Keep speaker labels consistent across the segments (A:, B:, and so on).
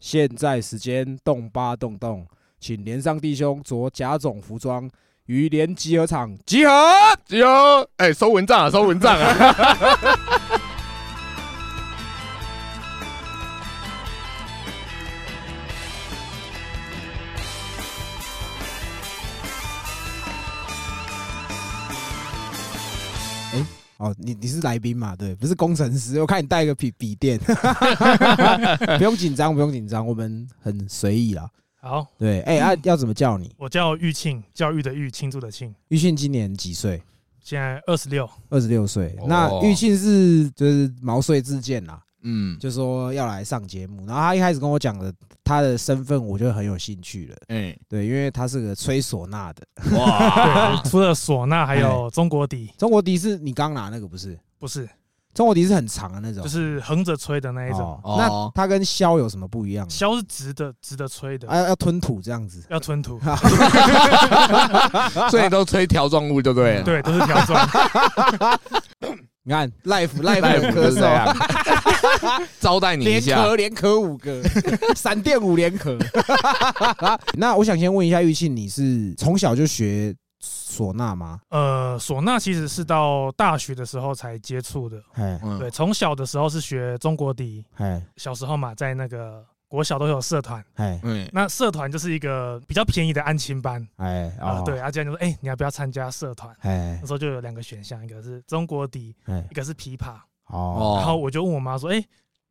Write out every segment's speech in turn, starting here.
A: 现在时间动八动动，请连上弟兄着甲种服装，于连集合场集合。
B: 哟，哎，收蚊帐啊，收蚊帐 啊！
A: 哦，你你是来宾嘛？对，不是工程师。我看你带个笔笔电， 不用紧张，不用紧张，我们很随意啦。
C: 好，
A: 对，哎、啊，要怎么叫你？
C: 我叫玉庆，教育的玉，庆祝的庆，
A: 玉信今年几岁？
C: 现在二 十六。
A: 二十六岁。
B: 哦
A: 那玉信是就是毛遂自荐啦，
B: 嗯，
A: 就说要来上节目。然后他一开始跟我讲的他的身份，我就很有兴趣了。
B: 哎，
A: 对，因为他是个吹唢呐的。啊
B: 哇，
C: 除了唢呐，还
A: 哎
C: 有中国笛，
A: 中国笛是你刚拿那个不是？
C: 不是，
A: 中国笛是很长的那种，
C: 就是横着吹的那一种。
A: 哦
B: 哦
A: 那它跟箫有什么不一样呢？
C: 箫是直的，直的吹的，
A: 啊，要吞吐这样子。
C: 要 吞吐，
A: 啊
B: 所以都吹条状物就对了。
C: 对，都是条 状。
A: 你看，life life
B: ，life
A: 的
B: 就
A: 歌
B: 是
A: 手
B: 这， 样，招待你一
A: 连
B: 下。
A: 壳啊连壳五 个，闪电五连 壳。那我想先问一下玉庆，你是从小就学唢呐吗？
C: 呃，唢呐其实是到大学的时候才接触的。
A: 哎
B: 嗯
C: 对，从小的时候是学中国笛，
A: 哎
C: 小时候嘛，在那个国小都有社团，
A: 哎
B: 嗯，
C: 那社团就是一个比较便宜的安亲班
A: 哎
C: 啊、
A: 哦
C: 对，阿健就说：“哎、你要不要参加社团？”
A: 哎
C: 那时候就有两个选项，一个是中国笛，
A: 哎
C: 一个是琵琶。
A: 哦
C: 然后
B: 哦，
C: 我就问我妈说：“哎、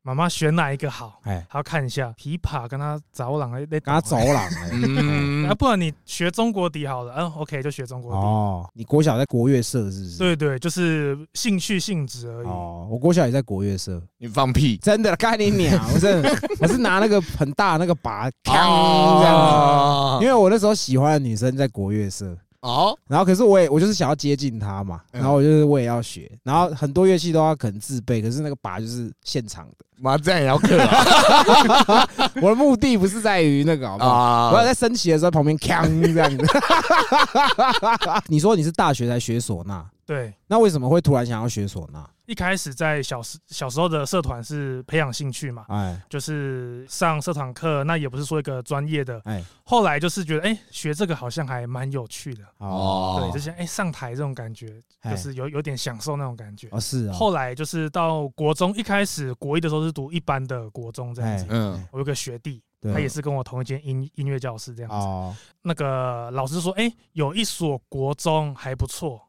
C: 妈妈选哪一个好
A: 哎，？”
C: 她要看一下琵琶跟她找朗那
A: 跟他走廊
B: 嗯
C: 啊，，不然你学中国笛好了，嗯，OK 就学中国笛。
A: 哦，你国小在国乐社是不是？
C: 对对，就是兴趣性质而已。
A: 哦，我国小也在国乐社，
B: 你放屁！
A: 真的干你鸟！我真 的，我是拿那个很大的那个
C: 哦
A: 拔，锵这样子。
B: 哦
A: 因为我那时候喜欢的女生在国乐社，
B: 哦，
A: 然后可是我也我就是想要接近她嘛，
B: 嗯
A: 然后我就是我也要学，然后很多乐器都要可能自备，可是那个拔就是现场的。
B: 妈这样也要刻啊！
A: 我的目的不是在于那个，好不好？
B: 啊
C: 哦
A: 我要在升旗的时候旁边锵这样子。 你说你是大学才学唢呐，
C: 对，
A: 那为什么会突然想要学唢呐？
C: 一开始在小时小时候的社团是培养兴趣嘛，
A: 哎
C: 就是上社团课，那也不是说一个专业的。
A: 哎，
C: 后来就是觉得，哎、学这个好像还蛮有趣的。
A: 哦，
C: 对，
B: 哦
C: 就，像哎、上台这种感觉，
A: 哎
C: 就是有有点享受那种感觉。
A: 哦是啊，
C: 后来就是到国中，一开始国一的时候是读一般的国中这样
A: 哎
C: 子。
B: 嗯
C: 我有个学弟，
A: 对啊
C: 他也是跟我同一间音音乐教室这样子。
A: 哦
C: 那个老师说，哎、有一所国中还不错，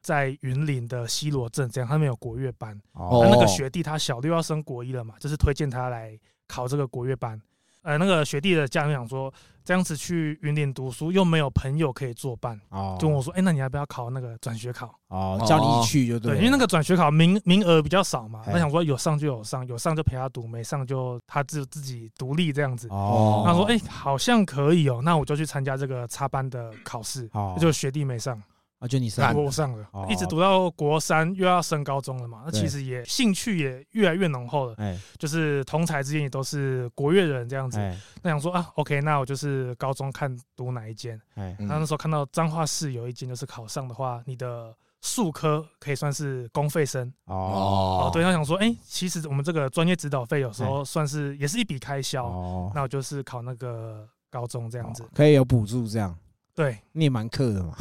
C: 在云林的西罗镇，这样他们有国乐班。
A: 哦
C: 那那
B: 哦
C: 个学弟他小六要升国一了嘛，就是推荐他来考这个国乐班。呃，那个学弟的家长想说，这样子去云林读书又没有朋友可以作伴，
A: 哦，
C: 就问我说，哎、那你要不要考那个转学考？
A: 哦，叫你一起去就对
C: 对，
A: 了，
C: 因为那个转学考名名额比较少嘛，
A: 哎
C: 他想说有上就有上，有上就陪他读，没上就他自自己独立这样子。
A: 哦，
C: 他说：“哎、好像可以哦、那我就去参加这个插班的考试。
A: 哦
C: 就学弟没上，
A: 啊，就你
C: 我
A: 上
C: 我上了，
A: 哦
C: 一直读到国三，又要升高中了嘛。那
A: 对
C: 其实也兴趣也越来越浓厚了，
A: 哎
C: 就是同才之间也都是国乐人这样子。
A: 哎
C: 那想说啊，OK，那我就是高中看读哪一间。
A: 哎
B: 嗯
C: 那那时候看到彰化市有一间，就是考上的话，你的数科可以算是公费生。
A: 哦
B: 哦
C: 哦，对，他想说，哎、其实我们这个专业指导费有时候算是也是一笔开销，
A: 哦，
C: 那我就是考那个高中这样子。啊
A: 可以有补助这 样，
C: 对，
A: 你也蛮克的嘛，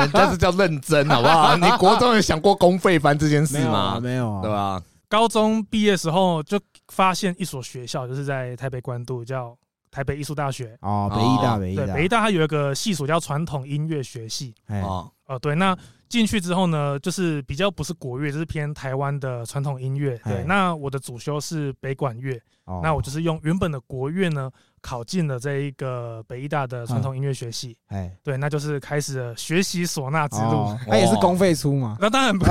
B: 人家是叫认真，好 不好？你国中有想过公费班这件事
A: 没有啊
B: 吗？
A: 没有啊，
B: 对？吧？
C: 高中毕业时候就发现一所学校，就是在台北关渡，叫台北艺术大学。
A: 哦，北医大，北医
C: 对，
A: 大，
C: 北艺大它有一个系所叫传统音乐学系。
A: 哎
B: 哦，
C: 哦，对，那进去之后呢，就是比较不是国乐，就是偏台湾的传统音乐。
A: 哎
C: 对，那我的主修是北管乐，
A: 哦
C: 那我就是用原本的国乐呢，考进了这一个北艺大的传统音乐学系。
A: 哎，
C: 对，那就是开始了学习唢呐之路
A: 哦。，他也是公费出嘛，
C: 那当然不，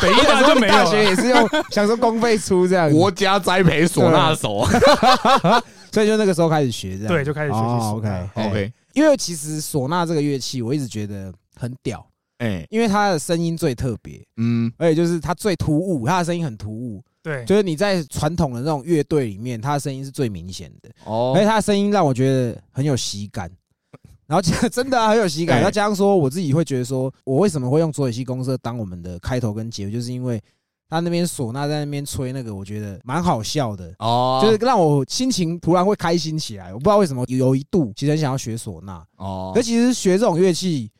C: 北艺大就 没有啊
A: 大学
C: 了。
A: 也是用想说公费出这样，
B: 国家栽培唢呐手。啊
A: 所以就那个时候开始学这样，
C: 对，就开始学习
A: 哦
C: 唢呐。
A: ，OK，哎
B: OK，
A: 因为其实唢呐这个乐器，我一直觉得很屌。
B: 哎，
A: 因为他的声音最特别，
B: 嗯，
A: 而且就是他最突兀，他的声音很突兀，
C: 对，
A: 就是你在传统的那种乐队里面，他的声音是最明显的，
B: 哦
A: 而且他的声音让我觉得很有喜感。然后加 真的啊、很有喜感，
B: 哎
A: 那加上说我自己会觉得说，我为什么会用佐野西公社当我们的开头跟结尾，就是因为他那边唢呐在那边吹那个，我觉得蛮好笑的，
B: 哦，
A: 就是让我心情突然会开心起来。我不知道为什么有一度其实很想要学唢呐，
B: 哦
A: 可，其实学这种乐器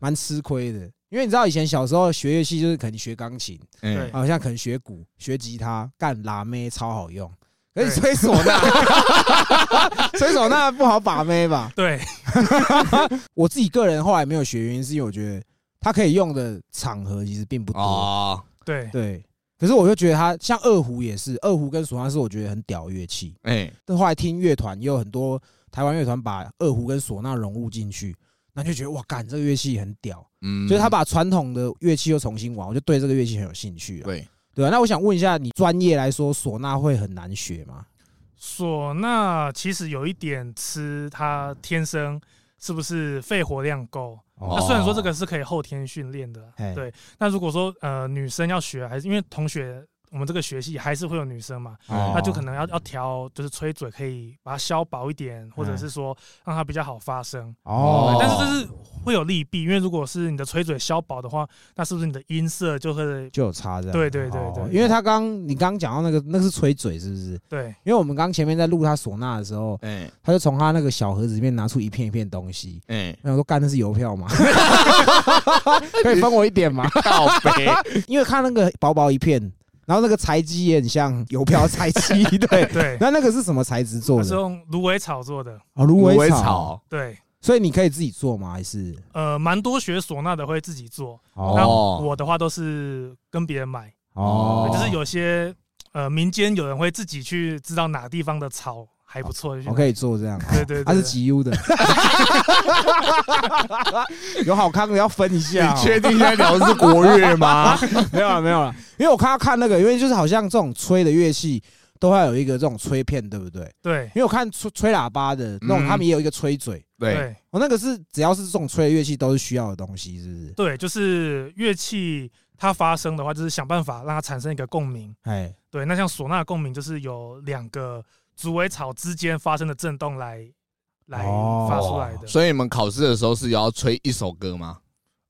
A: 蛮吃亏的，因为你知道以前小时候学乐器就是可能学钢琴，
B: 哎
C: 对
A: 好像可能学鼓、学吉他，干拉妹超好用。可是
C: 对
A: 你吹唢呐，吹唢呐不好把妹吧？
C: 对，
A: 我自己个人后来没有学，原因是因为我觉得它可以用的场合其实并不多。
B: 哦，
C: 对，
A: 对，可是我就觉得它像二胡也是，二胡跟唢呐是我觉得很屌的乐器。
B: 哎，
A: 但后来听乐团，也有很多台湾乐团把二胡跟唢呐融入进去，那就觉得哇，干这个乐器很屌。
B: 嗯，
A: 就是他把传统的乐器又重新玩，我就对这个乐器很有兴趣啊。
B: 对，
A: 对啊，那我想问一下，你专业来说，唢呐会很难学吗？
C: 唢呐其实有一点吃它天生是不是肺活量够。那
B: 哦
C: 虽然说这个是可以后天训练的
A: 嘿，
C: 对。那如果说呃女生要学，还是因为同学我们这个学系还是会有女生嘛，
B: 哦
C: 那就可能要要调，就是吹嘴可以把它削薄一点，或者
A: 嗯
C: 是说让它比较好发声。
A: 哦，
C: 但是这是会有利弊，因为如果是你的吹嘴削薄的话，那是不是你的音色就会
A: 就有差这样。
C: 对对对
A: 哦
C: 对
A: 因为他刚你刚刚讲到那个那个是吹嘴是不是？
C: 对
A: 因为我们刚前面在录他唢呐的时候，
B: 哎
A: 他就从他那个小盒子里面拿出一片一片东西。
B: 哎，
A: 然后说干那是邮票吗？ 可以分我一点吗？
B: 告白，
A: 因为看那个薄薄一片，然后那个材质也很像邮票材质， 对。
C: 对，
A: 那那个是什么材质做
C: 它是
A: 的？
C: 用芦苇草做的，
A: 哦，芦
B: 芦
A: 苇
B: 苇
A: 草。
B: 草，
C: 对。
A: 所以你可以自己做吗？还是
C: 呃，蛮多学唢呐的会自己做，那
A: 哦
B: 哦
C: 我的话都是跟别人买，
A: 哦
C: 对，就是有些呃民间有人会自己去知道哪地方的草还不错，就去
A: 我可以做这样，啊
C: 对对对
A: 它是吉 U 的， 有好康的要分一下、
B: 你确
A: 哦，
B: 定现在聊的是国乐吗？
A: 没有了啊没有了，因为我看他看那个，因为就是好像这种吹的乐器都要有一个这种吹片，对不对？
C: 对
A: 因为我看吹吹喇叭的那种，
B: 嗯
A: 他们也有一个吹嘴，
B: 对，
C: 对
A: 哦，那个是只要是这种吹的乐器都是需要的东西，是不是？
C: 对，就是乐器它发声的话，就是想办法让它产生一个共鸣。
A: 哎，
C: 对，那像唢呐的共鸣就是有两个竹尾草之间发生的震动来来
A: 哦
C: 发出来的。
B: 所以你们考试的时候是要吹一首歌吗？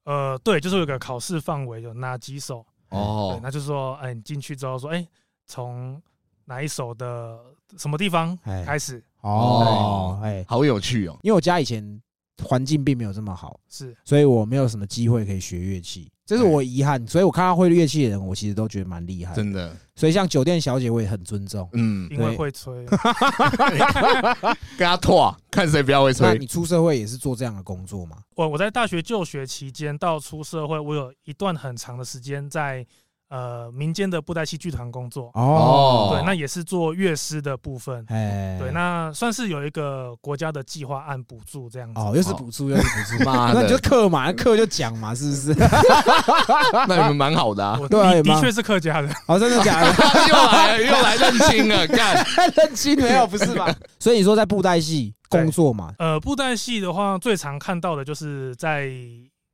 C: 呃，对，就是有个考试范围有哪几首，对，
B: 哦，
C: 那就是说，哎、你进去之后说，哎、从哪一首的什么地方
A: 哎
C: 开始？
A: 哦，哎，
B: 好有趣哦，
A: 因为我家以前环境并没有这么好。
C: 是
A: 所以我没有什么机会可以学乐器，这是我遗憾。所以我看到会乐器的人，我其实都觉得蛮厉害。
B: 真的，
A: 所以像酒店小姐，我也很尊重。
B: 嗯，
C: 因为
A: 对
C: 会 吹，
B: 跟他拓，啊看谁比较会
A: 那
B: 吹
A: 你出社会也是做这样的工作吗？
C: 我我在大学就学期间到出社会，我有一段很长的时间在呃民间的布袋戏剧团工作，
B: 哦。
C: 对，那也是做乐师的部分，
A: 哎，
C: 对，那算是有一个国家的计划案补助这样子。
A: 哦，又是补助，又是补助
B: 妈
A: 那你就
B: 的，
A: 刻嘛，刻就讲嘛，是不是？
B: 那你们蛮好的啊，
C: 我
A: 对啊也
C: 的
A: 蛮
C: 的确是客家的，
A: 哦，真的假 的？
B: 又来又来认亲了，干，
A: 认清没有？不是吧？ 所以你说在布袋戏工作嘛？
C: 呃，布袋戏的话，最常看到的就是在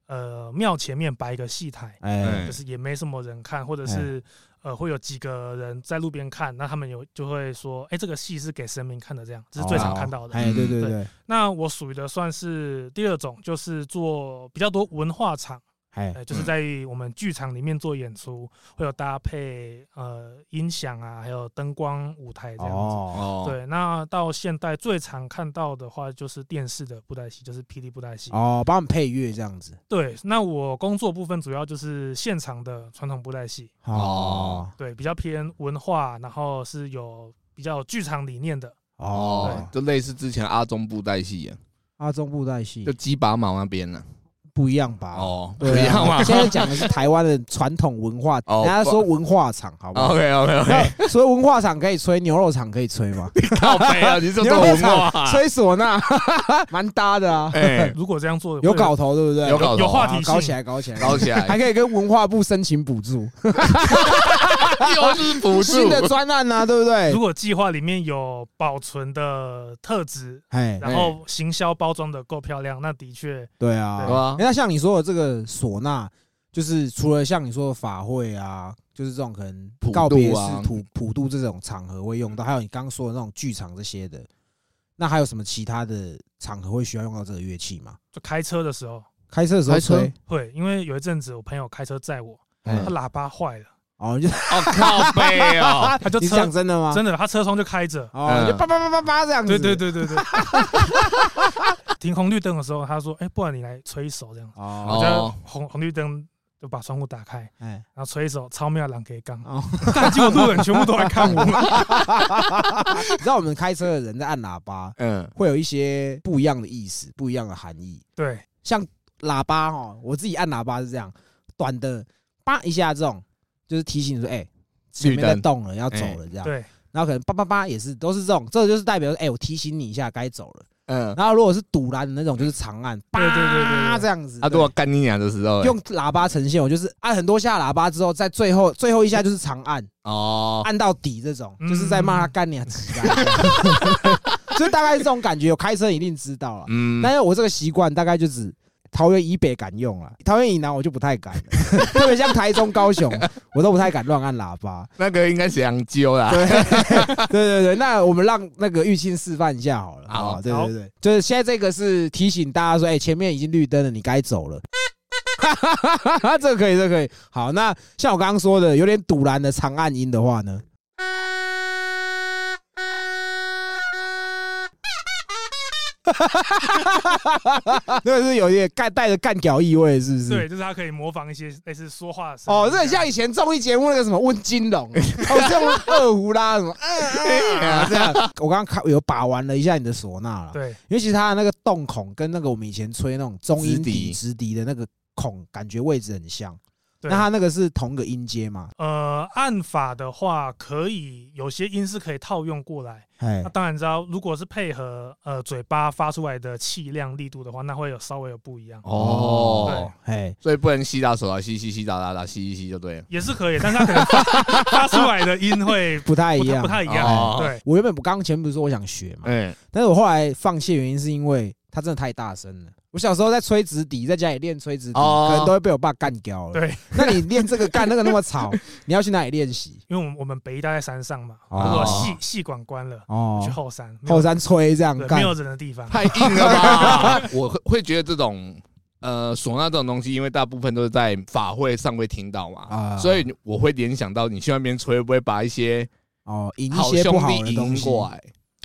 C: 呃庙前面摆一个戏台，
A: 哎
B: 嗯
C: 就是也没什么人看，或者是呃会有几个人在路边看，那他们有就会说，哎、这个戏是给神明看的，这样这是最常看到的。嗯
A: 哎，对对对，
C: 那我属于的算是第二种，就是做比较多文化场，
A: 哎
C: 呃，就是在我们剧场里面做演出，会有搭配呃音响啊，还有灯光、舞台这样子。
A: 哦
B: 哦，
C: 对，那到现代最常看到的话，就是电视的布袋戏，就是霹雳布袋戏。
A: 哦，帮我们配乐这样子。
C: 对，那我工作部分主要就是现场的传统布袋戏，
A: 哦
C: 对，比较偏文化，然后是有比较有剧场理念的。
A: 哦，
B: 就类似之前阿中布袋戏啊，
A: 阿中布袋戏
B: 就鸡拔毛那边呢，啊
A: 不一样吧？
B: 哦，不
A: 对啊
B: 一样嘛
A: 现在讲的是台湾的传统文化，
B: 哦
A: 人家说文化场，好不好？
B: ，OK OK OK，
A: 那所以文化场可以吹，牛肉场可以吹 吗？
B: 靠背啊，你是
A: 牛
B: 多
A: 肉
B: 文化
A: 场
B: 啊，
A: 吹唢呐， 蛮搭的 啊，
B: 哎，
C: 如果这样做，
A: 有
C: 会
A: 搞头，对不对？
B: 有搞头
C: 有话
A: 啊
C: 题
A: 搞起
C: 性，
A: 来，搞起来，
B: 搞起
A: 还
B: 来，
A: 可以跟文化部申请补助。
B: 又是辅
A: 新
B: 助，
A: 的专案啊，对不对
C: 如？果计划里面有保存的特质，
A: 哎，
C: 然后行销包装的够漂亮，那的确
A: 对啊
B: 对，吧
A: 哎？那像你说的这个唢呐，就是除了像你说的法会啊，就是这种可能
B: 普
A: 告
B: 渡
A: 别式
B: 啊、
A: 普普渡这种场合会用到，还有你刚刚说的那种剧场这些的，那还有什么其他的场合会需要用到这个乐器吗？
C: 就开车的时候
A: 开车的时候
B: 开车
A: 吹，
C: 会，因为有一阵子我朋友开车载我，
B: 嗯
C: 他喇叭坏了，
A: 哦，你就
B: 哦靠背哦，
C: 他就
A: 你是
C: 车
A: 讲真的吗？
C: 真的他车窗就开着，
A: 哦，你就
B: 嗯
A: 叭叭叭叭叭这样子，
C: 对对对对对。 停红绿灯的时候，他说：“哎，不然你来吹一首这样。”我
A: 哦，
C: 就红红绿灯就把窗户打开，
A: 哎，
C: 然后吹一首《超妙狼给刚
A: 哦，》，
C: 但结果路人全部都来看我。
A: 你知道我们开车的人在按喇叭，
B: 嗯，
A: 会有一些不一样的意思，不一样的含义。
C: 对，
A: 像喇叭哦，我自己按喇叭是这样，短的叭一下这种，就是提醒你说，哎、前面在
B: 绿灯
A: 动了，要走了 这样。
C: 对，
A: 然后可能叭叭叭也是都是这种，这个就是代表说，哎、我提醒你一下，该走了。
B: 嗯，
A: 然后如果是堵拦的那种，就是长按，叭
C: 对对对啊对对
A: 这样子。
B: 他如果干你娘的时
A: 对，
B: 候欸，
A: 用喇叭呈现，我就是按很多下喇叭之后，在最后最后一下就是长按，
B: 哦，
A: 按到底这种，
C: 嗯
A: 就是在骂他干娘子 啊，就大概是这种感觉。有开车一定知道了。
B: 嗯，
A: 但是我这个习惯大概就只桃园以北敢用了，桃园以南我就不太敢了， 特别像台中、高雄，我都不太敢乱按喇叭。
B: 那个应该是洋揪啦，
A: 对对对，那我们让那个玉清示范一下好了。
B: 好
A: 啊，对对对，就是现在这个是提醒大家说，哎，前面已经绿灯了，你该走了。 这个可以，这个可以。好，那像我刚刚说的，有点堵然的长按音的话呢，那个是有点干带着干屌意味，是不是？
C: 对，就是他可以模仿一些类似说话的声音
A: 哦，这很像以前综艺节目那个什么问金龙，哦，这种二胡啦什么，嗯嗯啊这样。我刚刚看有把玩了一下你的唢呐了，
C: 对
A: 因为其实它的那个洞孔跟那个我们以前吹那种中音底
B: 直
A: 直笛的那个孔，感觉位置很像。
C: 对
A: 那它那个是同个音阶嘛？
C: 呃，按法的话，可以有些音是可以套用过来。
A: 哎
C: 那，当然知道，如果是配合呃嘴巴发出来的气量力度的话，那会有稍微有不一样，
B: 哦，
A: 哎，
B: 所以不能吸到手啊，吸吸吸到打打吸吸吸就对了，
C: 也是可以，但是它可能发 发出来的音会
A: 不太一
C: 不太
A: 样
C: 不。太一
B: 哦
C: 样。对，
A: 我原本我刚刚前面不是说我想学嘛，
B: 嗯，
A: 但是我后来放弃的原因是因为它真的太大声了。我小时候在吹直笛，在家里练吹直笛，
B: 哦
A: 可能都会被我爸干掉了。
C: 对，
A: 那你练这个干那个那么 吵，你要去哪里练习？
C: 因为我们我们北医大在山上嘛，如
A: 哦
C: 果细细管关了，去
A: 哦，
C: 后山，没有
A: 后山吹这样
C: 对没
A: 干，
C: 有人的地方，
B: 太硬了吧？ 我会会觉得这种呃唢呐这种东西，因为大部分都是在法会上会听到嘛
A: 啊，
B: 所以我会联想到你去那边吹，会不会把一些
A: 哦，赢一
B: 好
A: 些不
B: 兄
A: 好
B: 弟
A: 的东
B: 赢
A: 西。
B: 过来？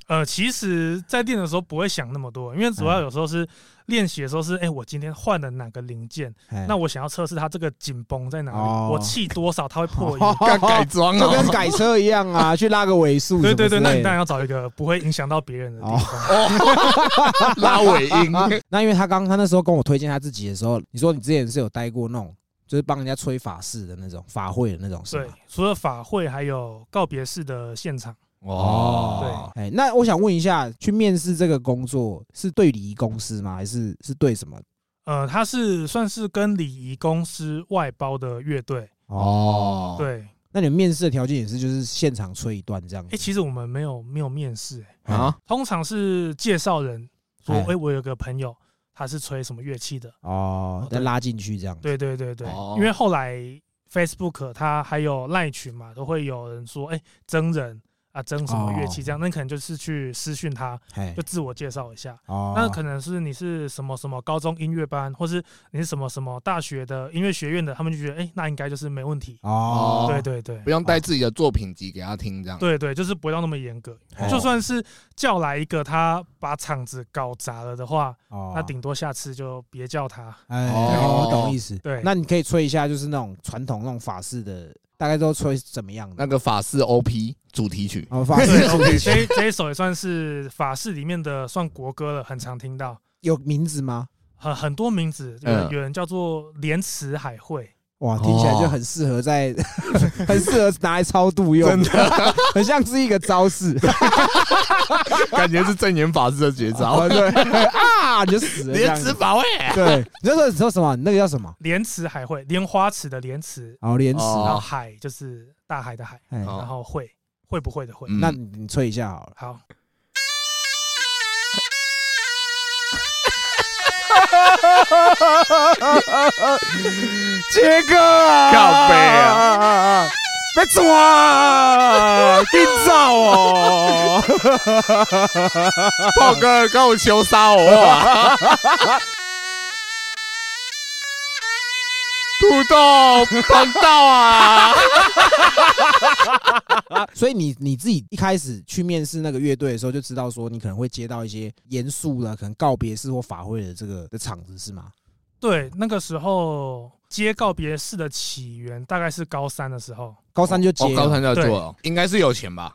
C: 呃，其实，在练的时候不会想那么多，因为主
A: 哎
C: 要有时候是练习的时候是，哎、我今天换了哪个零件，
A: 哎
C: 那我想要测试它这个紧绷在哪里，
A: 哦
C: 我气多少它会 破音。
B: 干改装
A: 就跟
B: 啊！
A: 改车一样啊，去拉个尾数。
C: 对对对，那你当然要找一个不会影响到别人的地方。
B: 哦 拉尾音，
A: 那因为他刚他那时候跟我推荐他自己的时候，你说你之前是有待过那种，就是帮人家吹法事的那种法会的那种，是
C: 对
A: 吗？，
C: 除了法会，还有告别式的现场。
B: 哦，
A: 哎，那我想问一下，去面试这个工作是对礼仪公司吗？还是是对什么？
C: 呃，它是算是跟礼仪公司外包的乐队。
B: 哦，
C: 对，
A: 那你们面试的条件也是就是现场吹一段这样子？
C: 哎、其实我们没有没有面试、哎
B: 啊，
C: 通常是介绍人说，
A: 哎
C: 哎、我有个朋友，他是吹什么乐器的。
A: 哦，再拉进去这样。
C: 对对对对，
B: 哦
C: 因为后来 Facebook 它还有赖群嘛，都会有人说，哎、征人啊，征什么乐器
A: 哦
C: 这样，那你可能就是去私讯他，
A: 哎
C: 就，自我介绍一下。
A: 哦，
C: 那可能是你是什么什么高中音乐班，或是你是什么什么大学的音乐学院的，他们就觉得，哎、那应该就是没问题。
A: 哦，
C: 对对对
B: 不。用带自己的作品集给他听，这样。
C: 对对，就是不要那么严格。
A: 哦
C: 就算是叫来一个他把场子搞砸了的话，
A: 哦
C: 那顶多下次就别叫他。
A: 哎，
B: 哦
A: 我懂意思。
C: 对
A: 那你可以吹一下，就是那种传统那种法式的，大概都吹怎么样的？
B: 那个法式 OP 主题曲，
A: 哦，法式
C: 对
A: 的
C: ，OK，这一这一首也算是法式里面的算国歌了，很常听到，
A: 有名字吗？
C: 很很多名字，有人
B: 嗯
C: 有人叫做莲池海会，
A: 哇，听起来就很适合在， 很适合拿来超度用，
B: 真
A: 的， 很像是一个招式。
B: 感觉是正言法师的绝招。
A: 哦，对 啊，你就死了这
B: 莲
A: 样
B: 池
A: 子。
B: 法会，
A: 对，你就说你说什么？你那个叫什么？
C: 莲池海会，莲花池的莲池，
A: 哦，莲池
C: 然后
B: 哦
A: 啊，
C: 海就是大海的海，
A: 哎
B: 好
C: 然后会会不会的会。
B: 嗯
A: 那你你吹一下好了。
C: 好，
A: 杰哥啊，
B: 靠北
A: 啊，别抓啊，别照哦。
B: 炮哥跟我求杀我啊！土豆碰到 啊！
A: 所以你你自己一开始去面试那个乐队的时候，就知道说你可能会接到一些严肃的，可能告别式或法会的这个的场子是吗？
C: 对，那个时候接告别式的起源大概是高三的 时候，
A: 高三就接
B: 哦，
A: 了，
B: 高三就要做了，应该是有钱吧？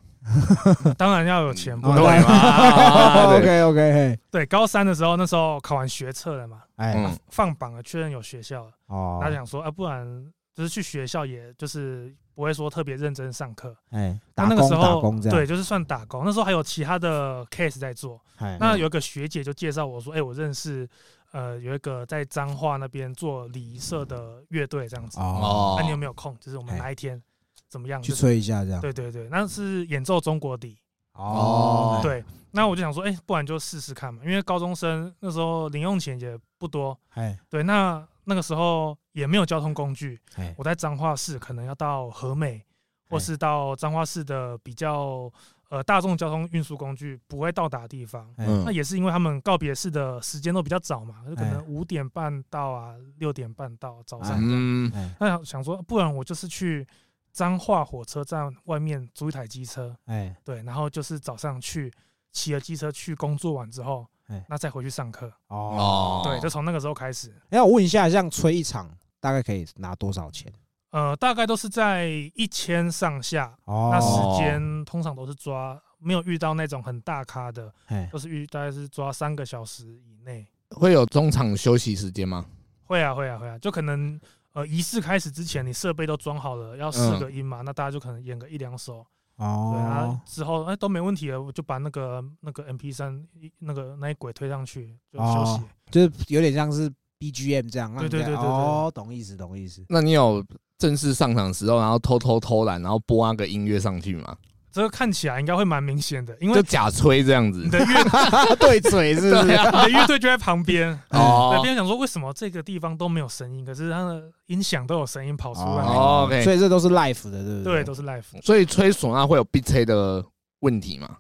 C: 当然要有钱，不
A: 哦
B: 对
C: 然
B: 嘛？哦
A: OK
B: 对
A: OK，嘿，
C: 对，高三的时候那时候考完学测了嘛，
A: 哎，
B: 嗯，
C: 放榜了，确认有学校了，
A: 哦
C: 他，想说啊，不然就是去学校，也就是不会说特别认真上课。
A: 哎，
C: 那
A: 打
C: 那个
A: 工
C: 时
A: 打
C: 候
A: 工这样，
C: 对，就是算打工。那时候还有其他的 case 在做，
A: 哎，
C: 那有一个学姐就介绍我说，哎、我认识呃有一个在彰化那边做礼仪社的乐队这样子，
A: 哦，
B: 哦
C: 啊那、你有没有空？就是我们
A: 哎
C: 哪一天怎么样？
A: 去啊
C: 就是
A: 吹一下这样，
C: 对对对，那是演奏中国笛。
A: 哦，
C: 对，那我就想说，哎、不然就试试看嘛，因为高中生那时候零用钱也不多，
A: 哎，
C: 对，那那个时候也没有交通工具，
A: 哎，
C: 我在彰化市可能要到和美，或是到彰化市的比较呃大众交通运输工具不会到达的地方。
A: 哎
B: 嗯
C: 那也是因为他们告别式的时间都比较早嘛，就可
A: 哎
C: 能五点半到啊，六点半到早上。
B: 嗯，
A: 哎，
C: 那想想说，不然我就是去彰化火车站外面租一台机车，
A: 哎，
C: 对，然后就是早上去骑了机车去工作完之后
A: 哎，
C: 那再回去上课。
A: 哦，
B: 哦，
C: 对，就从那个时候开始，
A: 哎，我问一下，像吹一场大概可以拿多少钱？
C: 呃，大概都是在一千上下，
A: 哦，
C: 那时间通常都是抓，没有遇到那种很大咖的，
A: 哎，
C: 都是遇大概是抓三个小时以内。
B: 会有中场休息时间吗？
C: 会啊，会啊，会啊，就可能呃仪式开始之前，你设备都装好了，要试个音嘛，那大家就可能演个一两首，对
A: 哦
C: 啊，，之后哎、都没问题了，我就把那个那个 MP 三那个那一轨推上去就休息。
A: 哦就是有点像是 BGM 这样，让
C: 对对
A: 人家
C: 对对对
A: 哦，懂意思，懂意思。
B: 那你有正式上场时候，然后偷偷偷懒，然后播那个音乐上去吗？
C: 这个看起来应该会蛮明显的，因
B: 就
C: 为
B: 假吹这样子啊
C: 你。的乐 你
A: 对嘴是不是？
C: 的乐队就在旁边。对，
B: 哦
C: 别人想说为什么这个地方都没有声音，可是它的音响都有声音跑出来，
B: 哦，OK
A: 所以这都是 live 的，对不
C: 对，
A: 对？
C: 都是 live。
B: 所以吹唢呐会有必吹的问题吗？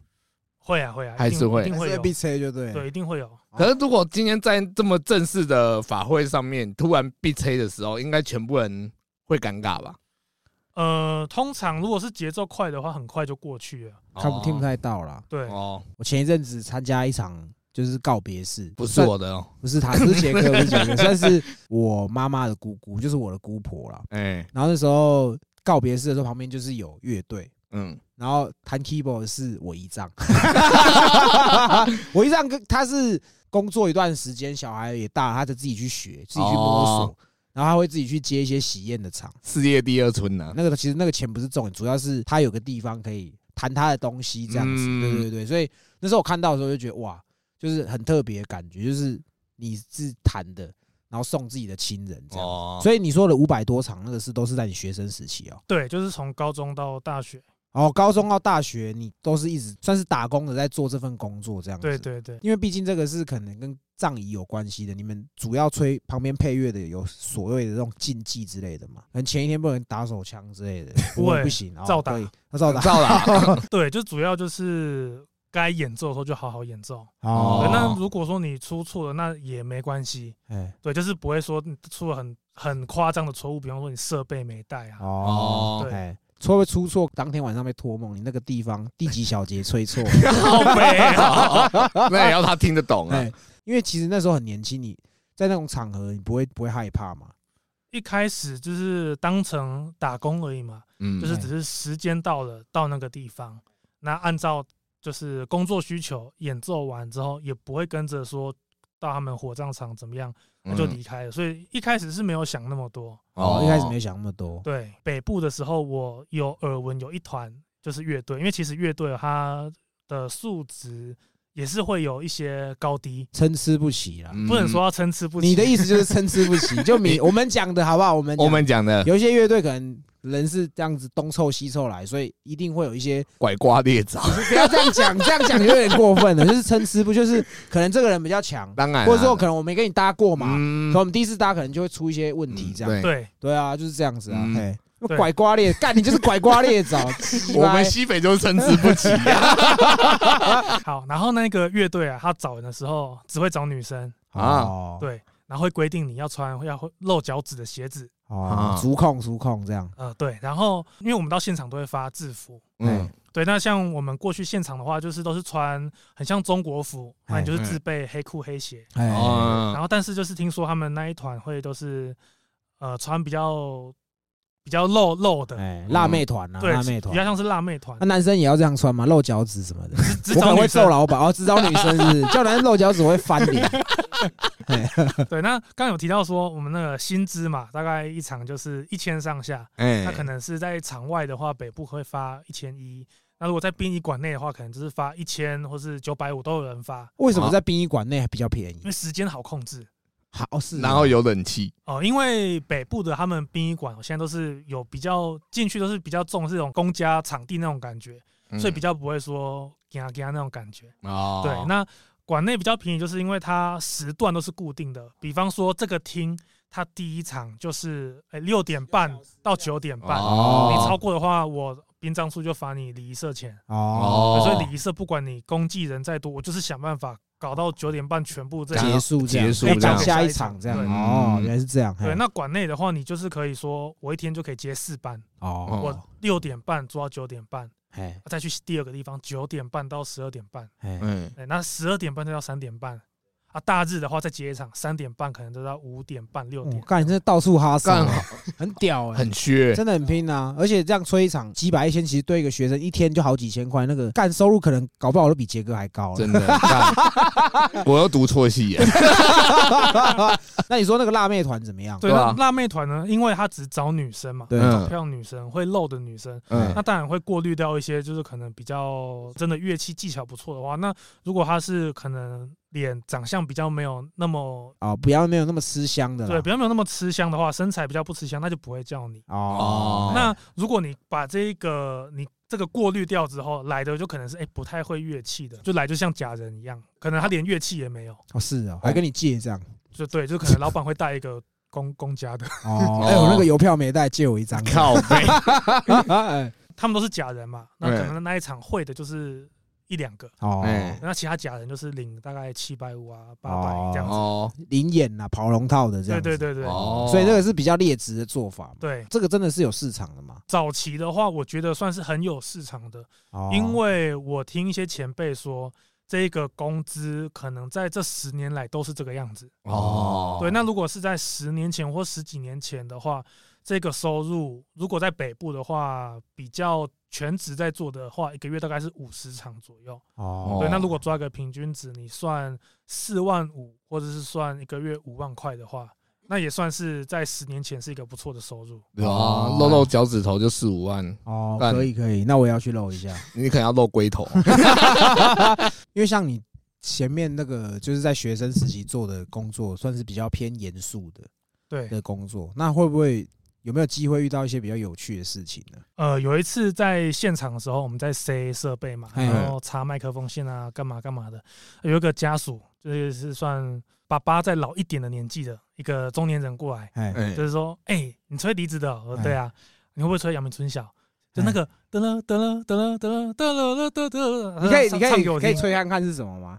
C: 会啊，会啊，
B: 还
C: 一定
B: 是会
C: 一定会
A: 是
C: 有，
A: 必吹就对了。
C: 对，一定会有。
B: 可是如果今天在这么正式的法会上面突然必吹的时候，应该全部人会尴尬吧？
C: 呃，通常如果是节奏快的话，很快就过去了。
A: 哦看不听不
B: 太
A: 太到啦。
C: 对，
B: 哦，
A: 我前一阵子参加一场就是告别式，
B: 不是
A: 算
B: 我的哦，
A: 不是他，不是杰克，不是杰克，算是我妈妈的姑姑，就是我的姑婆啦。
B: 哎，
A: 然后那时候告别式的时候，旁边就是有乐队，
B: 嗯，
A: 然后弹 keyboard 的是我姨丈， 我姨丈跟他是工作一段时间，小孩也大了，他就自己去学，自己去摸索，
B: 哦
A: 然后他会自己去接一些喜宴的场。
B: 世界第二春呢，
A: 那个其实那个钱不是重点，主要是他有个地方可以谈他的东西，这样子。
B: 嗯
A: 对对对，所以那时候我看到的时候就觉得哇，就是很特别的感觉，就是你是谈的，然后送自己的亲人这样。
B: 哦，
A: 所以你说的五百多场那个是都是在你学生时期哦，
C: 对，就是从高中到大学。
A: 哦，高中到大学你都是一直算是打工的在做这份工作这样子。
C: 对，对对，
A: 因为毕竟这个是可能跟葬仪有关系的，你们主要吹旁边配乐的有所谓的这种禁忌之类的嘛，可能前一天不能打手枪之 类的，
C: 不会
A: 不行，哦
C: 照打
A: 可以那照打，
B: 照啦，
C: 对，就主要就是该演奏的时候就好好演奏。对，
B: 哦
C: 那如果说你出错了，那也没关系。
A: 哎，
C: 对，就是不会说你出了很很夸张的错误，比方说你设备没带啊。
A: 哦，
C: 对
A: 哎，会不会出错？当天晚上被托梦，你那个地方第几小节吹错？
B: 好美 啊，那也要他听得懂啊
A: 哎，，因为其实那时候很年轻，你在那种场合，你不会不会害怕嘛？
C: 一开始就是当成打工而已嘛，
B: 嗯，
C: 就是只是时间到了到那个地方，那按照就是工作需求演奏完之后，也不会跟着说到他们火葬场怎么样，那就
B: 嗯
C: 离开了。所以一开始是没有想那么多。
A: 哦，一开始没想那么多。
C: 对，北部的时候我有耳闻有一团就是乐队，因为其实乐队它的数值也是会有一些高低，
A: 参差不齐啦。
B: 嗯
C: 不能说要参差不齐。
A: 你的意思就是参差不齐，就你我们讲的好不好？我们
B: 我
A: 我
B: 们讲的
A: 有一些乐队可能人是这样子东凑西凑来，所以一定会有一些
B: 拐瓜裂枣，
A: 不要这样讲，这样讲有点过分 了。就是参差不就是可能这个人比较强，
B: 当然啊，
A: 或者说可能我没跟你搭过嘛，
B: 嗯
A: 可我们第一次搭可能就会出一些问题这样。
B: 对，
C: 对，
A: 对啊，就是这样子啊。
B: 嗯
A: 嘿，
C: 对
A: 拐瓜裂，干你就是拐瓜裂枣。 鸡
B: 我
A: 掰
B: 们西北就是参差不齐 啊
C: 好，然后那个乐队啊，他找人的时候只会找女生，
B: 啊
A: 哦
C: 对然后会规定你要穿要会露脚趾的鞋子，
A: 哦
B: 啊，
A: 足控足控这样。
C: 呃，对，然后因为我们到现场都会发制服，
B: 嗯，
C: 对，那像我们过去现场的话，就是都是穿很像中国服，那你就是自备黑裤黑鞋，
A: 哎，
C: 然
B: 哦，
C: 后但是就是听说他们那一团会都是呃穿比较比较露露的，
A: 哎，辣妹团啊，
C: 对
A: 辣妹，
C: 比较
A: 团。
C: 像是辣妹团
A: 那，男生也要这样穿吗？露脚趾什么的？
C: 只只
A: 我可
C: 找
A: 能
C: 女
A: 会揍
C: 生。
A: 老板哦，只找女生是不是， 叫男生露脚趾我会翻脸。
C: 对，那刚刚有提到说我们那个薪资嘛，大概一场就是一千上下，
B: 哎
C: 那可能是在场外的话，北部会发一千一。那如果在殡仪馆内的话，可能就是发一千或是九百五都有人发，
A: 为
B: 哦
A: 什么在殡仪馆内比较便宜
C: 因为？时间好控制
A: 好哦是啊，
B: 然后有冷气，
C: 哦。因为北部的他们殡仪馆现在都是有比较进去都是比较重这种公家场地那种感觉，所以比
B: 较
C: 较不会说嘎嘎那种感觉。
B: 嗯哦，
C: 对，那馆内比较便宜，就是因为它时段都是固定的。比方说这个厅，它第一场就是诶六点半到九点半，
B: 哦
C: 你超过的话，我殡葬处就罚你礼仪社钱。
A: 哦，
B: 哦，
C: 所以礼仪社不管你公祭人再多，我就是想办法搞到九点半全部这
A: 结
C: 样。
A: 束这样
B: 哦结束
A: 可以
C: 这样
A: 赶下一场这样
C: 对
A: 哦，
B: 嗯
A: 原来是这样。嘿
C: 对，那馆内的话，你就是可以说，我一天就可以接四班，
A: 哦，
B: 哦
C: 我六点半做到九点半，
A: 哎
C: 再去第二个地方九点半到十二点半，
A: 哎
B: 嗯，
C: 对，那十二点半再到三点半，啊，大日的话再接一场，三点半可能就到五点半六
A: 我
C: 点，
A: 哦干，你真的到处哈
B: 干
A: 上，很 屌哎，
B: 很缺，
A: 真的很拼啊！而且这样吹一场几百一千，其实对一个学生一天就好几千块，那个干收入可能搞不好都比杰哥还高了。
B: 真的，干 我又读错戏耶，
A: 那你说那个辣妹团怎么样？
C: 对，
B: 对
C: 那
B: 啊
C: 辣妹团呢，因为他只找女生嘛，
A: 对
C: 漂
B: 嗯
C: 亮女生会露的女生，
B: 嗯
C: 那当然会过滤掉一些，就是可能比较真的乐器技巧不错的话，那如果他是可能脸长相比较没有那么
A: 哦，不要没有那么吃香的啦。
C: 对比较没有那么吃香的话，身材比较不吃香，那就不会叫你。
A: 哦
B: 哦，
C: 那如果你把这个你这个过滤掉之后，来的就可能是哎、不太会乐器的，就来就像假人一样，可能他连乐器也没有，
A: 哦是哦，还跟你借这样。
C: 就对，就可能老板会带一个公公家的，
A: 哦，哎，我那个邮票没带，借我一 张。
B: 靠背，
A: 哎
C: 他们都是假人嘛，那
B: 对
C: 可能那一场会的就是一两个，
A: 哦，
B: 哎
C: 那其他假人就是领大概七百五啊八百这样子。
B: 哦
A: 灵眼呐，跑龙套的这
C: 对
A: 样。
C: 对。对对，
B: 哦，
A: 所以这个是比较劣质的做法嘛。
C: 对，
A: 这个真的是有市场的嘛？
C: 早期的话，我觉得算是很有市场的，
A: 哦
C: 因为我听一些前辈说，这个工资可能在这十年来都是这个样子。
B: 哦，
C: 对，那如果是在十年前或十几年前的话，这个收入如果在北部的话，比较全职在做的话，一个月大概是五十场左右。
A: 哦
C: 对，那如果抓个平均值，你算四万五，或者是算一个月五万块的话，那也算是在十年前是一个不错的收入。
B: 对啊，露露脚趾头就四五万，
A: 哦，
B: 但
A: 可以可以，那我也要去露一下，
B: 你可能要露龟头，
A: 因为像你前面那个就是在学生时期做的工作，算是比较偏严肃的
C: 对，
A: 的工作，那会不会有没有机会遇到一些比较有趣的事情呢？
C: 呃，有一次在现场的时候，我们在塞设备嘛，
A: 嘿
C: 然后插麦克风线啊，干嘛干嘛的。有一个家属，就是是算爸爸再老一点的年纪的一个中年人过来，
A: 哎，
B: 哎
C: 就是说，哎、你吹笛子的哦？我说对啊，你会不会吹阳明春晓？就
A: 哎
C: 那个得了得了得了得了得了得了得了，呃
A: 你可以
C: 嗯唱
A: 你可
C: 唱
A: 以
C: 给我
A: 可以
C: 听。
A: 吹看看是什么吗？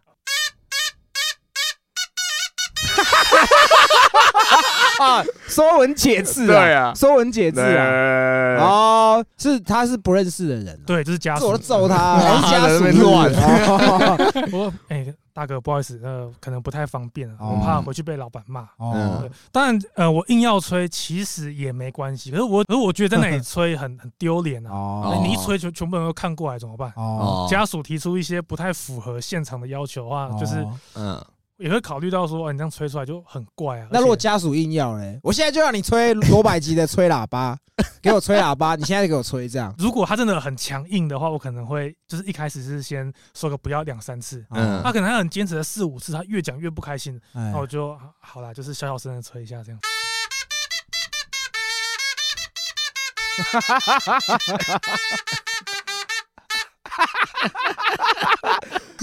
A: 啊，说文解字
B: 对
A: 啊，
B: 啊
A: 说文解字啊，
B: 啊，
A: 哦，是他是不认识的人啊，
C: 对，就是家
A: 这我
C: 属
A: 都。揍他，啊我是哦家属
B: 在那边乱
A: 乱。
C: 我哎、大哥，不好意思，呃，可能不太方便，啊
A: 哦
C: 我怕回去被老板骂。
A: 哦
B: 嗯，
C: 对，当然，呃，我硬要吹，其实也没关系。可是我，可是我觉得在 那里吹很很丢脸啊！
A: 哦
C: 那你一吹，全全部人都看过来，怎么办？
A: 哦，
B: 哦，
C: 家属提出一些不太符合现场的要求的话，哦
A: 哦
C: 就是
B: 嗯，
C: 也会考虑到说，哦你这样吹出来就很怪啊。
A: 那如果
C: 而且
A: 家属硬要嘞，我现在就让你吹罗百吉的吹喇叭，给我吹喇叭，你现在就给我吹这样。
C: 如果他真的很强硬的话，我可能会就是一开始是先说个不要两三次，
A: 嗯
B: 嗯，
C: 他可能他很坚持了四五次，他越讲越不开心，
A: 哎
C: 那我就啊好啦，就是小小声的吹一下这样。
A: 哎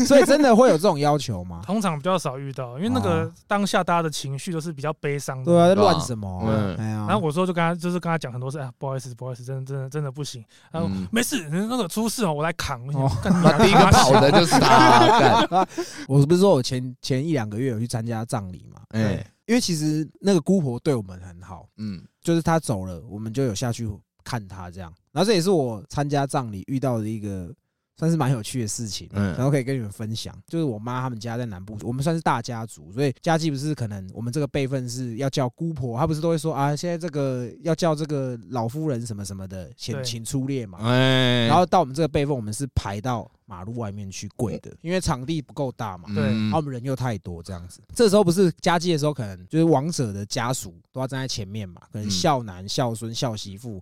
A: 所以真的会有这种要求 吗？
C: 通常比较少遇到，因为那个
A: 哦
C: 当下大家的情绪都是比较悲伤的。
A: 对啊，在乱什么啊
B: 嗯？
A: 哎呀
C: 然后，我说就跟他就是跟他讲很多次，啊，不好意思，不好意思，真的真的真的不行。然后
B: 嗯
C: 没事，那个出事哦，我来扛。我想
A: 哦
C: 干你
B: 那
C: 娘
B: 第一 个跑的就是
A: 啊
B: 他，干
A: 我不是说我前前一两个月有去参加葬礼嘛？嗯
B: 哎，
A: 因为其实那个姑婆对我们很好，
B: 嗯
A: 就是她走了，我们就有下去看她这样。然后这也是我参加葬礼遇到的一个算是蛮有趣的事情，
B: 嗯
A: 然后可以跟你们分享。就是我妈他们家在南部，我们算是大家族，所以家祭不是可能我们这个辈分是要叫姑婆，她不是都会说啊，现在这个要叫这个老夫人什么什么的，请
C: 对
A: 请出列嘛。
B: 哎，
A: 然后到我们这个辈分，我们是排到马路外面去跪的，因为场地不够大嘛。
C: 对
B: 嗯
A: 然后我们人又太多，这样子。这时候不是家祭的时候，可能就是亡者的家属都要站在前面嘛，可能
B: 嗯
A: 孝男、孝孙、孝媳妇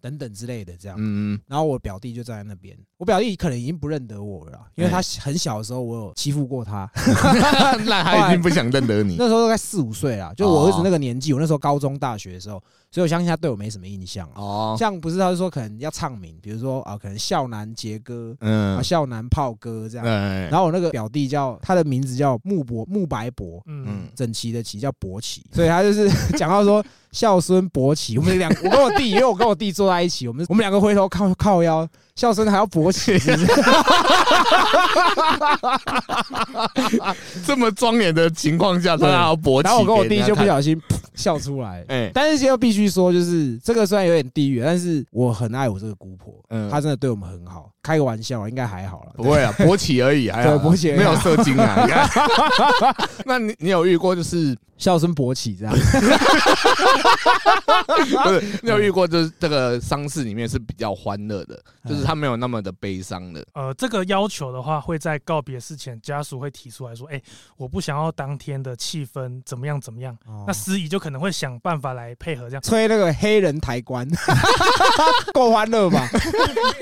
A: 等等之类的这样。
B: 嗯
A: 然后我表弟就站在那边，我表弟可能已经不认得我了啦，因为他
B: 哎嗯
A: 很小的时候我有欺负过他，
B: 那他已经不想认得你，
A: 那时候大概四五岁啦，
B: 哦
A: 就我儿子那个年纪，我那时候高中大学的时候，所以我相信他对我没什么印象啊。
B: 哦，
A: 像不是他就说可能要唱名，比如说啊，可能孝男杰哥啊，
B: 嗯，
A: 孝男炮哥这样。
B: 哎，
A: 然后我那个表弟叫他的名字叫木伯木白伯，
C: 嗯
B: 嗯，
A: 整齐的齐叫伯奇，所以他就是 讲到说孝孙伯奇，我们两我跟我弟，因为我跟我弟坐在一起，我们我们两个回头靠靠腰，孝孙还要伯 奇，是不是？
B: 这么庄严的情况下，他还要勃起，
A: 然后我跟我弟就不，小心笑出来。
B: 哎，
A: 但是要必须说，就是这个虽然有点地狱，但是我很爱我这个姑婆，
B: 嗯
A: 她真的对我们很好。开个玩笑，应该还好了。
B: 不会啊， 勃起而已，还好
A: 对勃起而已
B: 没有射精啊。你看那你你有遇过就是
A: 孝孙勃起这 样，啊
B: 不是你有遇过就是这个丧事里面是比较欢乐的，
A: 嗯
B: 就是他没有那么的悲伤的，
C: 呃，这个要求的话，会在告别事前，家属会提出来说，哎，我不想要当天的气氛怎么样怎么样。那
A: 那
C: 司仪就可能会想办法来配合这样。
A: 哦吹那个黑人抬棺， 够欢乐吧？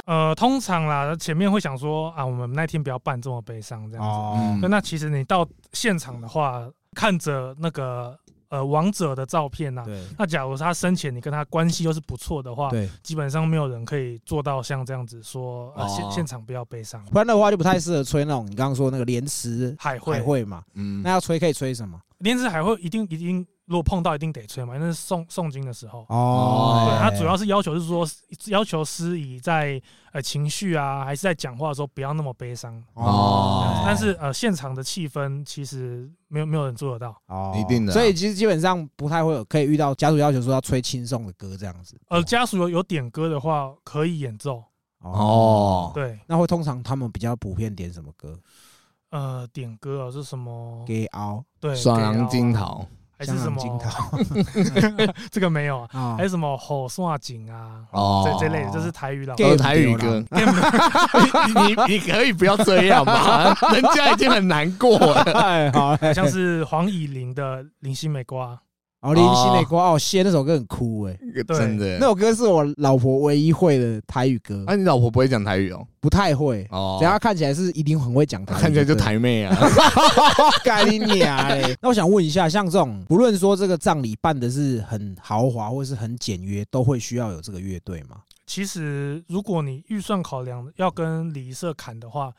C: 呃，通常啦，前面会想说啊，我们那天不要办这么悲伤这样子。
A: 哦，
C: 那那其实你到现场的话，看着那个呃亡者的照片呐、
A: 对
C: 那假如他生前你跟他关系又是不错的话，
A: 对，
C: 基本上没有人可以做到像这样子说，呃，现
B: 哦
C: 现场不要悲伤，
A: 不然的话就不太适合吹那种你刚刚说那个莲池
C: 海会
A: 海会嘛。
B: 嗯
A: 那要吹可以吹什么？
C: 莲池海会一定一定，如果碰到一定得吹嘛，因为那是诵诵经的时候。
A: 哦
B: 哦，
C: 对，
A: 哎
C: 他主要是要求是说，要求司仪在呃情绪啊，还是在讲话的时候不要那么悲伤。
B: 哦
C: 但是呃，现场的气氛其实没有没有人做得到。
A: 哦
B: 一定的啊
A: 所以其实基本上不太会有可以遇到家属要求说要吹轻松的歌这样子。
C: 呃，家属有有点歌的话，可以演奏。
B: 哦，
C: 对，
A: 那会通常他们比较普遍点什么歌？
C: 呃，点歌哦是什么？
A: 给熬
C: 对，
B: 双
C: 给
B: 狼
C: 啊
B: 金桃，
C: 还是什么？
A: 金 桃
C: 这个没有啊，
A: 啊
C: 还有什么吼刷井啊？
B: 哦
C: 这这类的，这是台语老歌。
B: 都 是台语歌，你你你可以不要这 样吧，人家已经很难过了。
A: 哎，好嘞，
C: 像是黄以玲的《林心美瓜》，
A: 哦，林心美歌哦，谢那首歌很酷哎，
B: 真的
A: 那，首歌是我老婆唯一会的台语歌
B: 啊，，你老婆不会讲台语哦？
A: 不太会。
B: 哦
A: 等，下看起来是一定很会讲台语，
B: 看起来就
A: 对
B: 台妹啊。
A: 干你娘嘞！ 那我想问一下，像这种不论说这个葬礼办的是很豪华或是很简约，都会需要有这个乐队吗？
C: 其实如果你预算考量要跟礼仪社砍的话，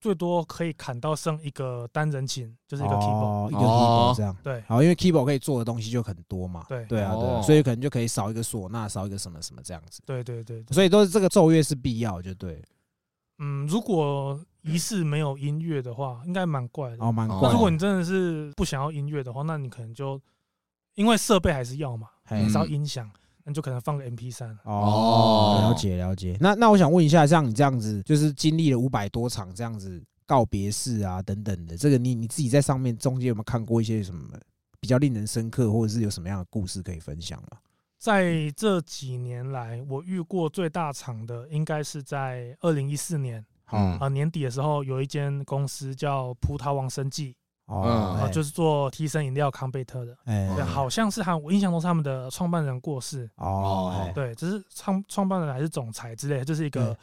C: 最多可以砍到剩一个单人琴，就是一个 keyboard。
A: 哦一个
B: 哦
A: keyboard 这样。
C: 对，
A: 好，因为 keyboard 可以做的东西就很多嘛。
C: 对
A: 对啊，对啊，
B: 哦
A: 所以可能就可以少一个唢呐，少一个什么什么这样子。
C: 对对对对，
A: 所以都是这个奏乐是必要，就对了。
C: 嗯，如果仪式没有音乐的话，应该蛮怪的。
A: 哦，蛮
B: 哦
A: 怪
C: 那
A: 的。
C: 如果你真的是不想要音乐的话，那你可能就因为设备还是要嘛，
A: 嘿
C: 还是要
B: 嗯
C: 音响，那你就可能放个 MP 三。
A: 哦
B: 哦，
A: 了解了解。那那我想问一下，像你这样子，就是经历了五百多场这样子告别式啊等等的，这个你你自己在上面中间有没有看过一些什么比较令人深刻，或者是有什么样的故事可以分享吗？
C: 在这几年来，我遇过最大场的应该是在二零一四年
B: 嗯
A: 哎
C: 啊、呃年底的时候，有一间公司叫葡萄王生技
A: 哦
B: 嗯
C: 啊、，
A: 哎
C: 呃就是做提神饮料康贝特的，
A: 哎
C: 对，啊
B: 嗯
C: 好像是他，我印象中是他们的创办人过世，
A: 哦，哎
C: 对，只是创创办人还是总裁之类的，就是一个
A: 对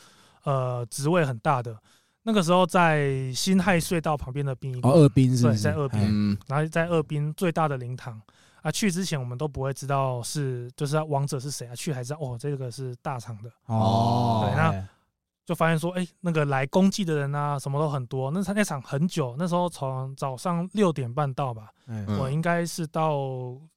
C: 呃职位很大的。那个时候在辛亥隧道旁边的殡仪
A: 哦，
C: 馆，
A: 二兵是不是？
C: 对在二兵
A: 哎
B: 嗯
C: 然后在二滨最大的灵堂。啊，去之前我们都不会知道是就是王者是谁啊，去还知道哦，这个是大厂的，
A: 哦，
C: 对那就发现说，哎、那个来公祭的人啊，什么都很多。那场那场很久，那时候从早上六点半到吧，
A: 嗯
B: 嗯
C: 我应该是到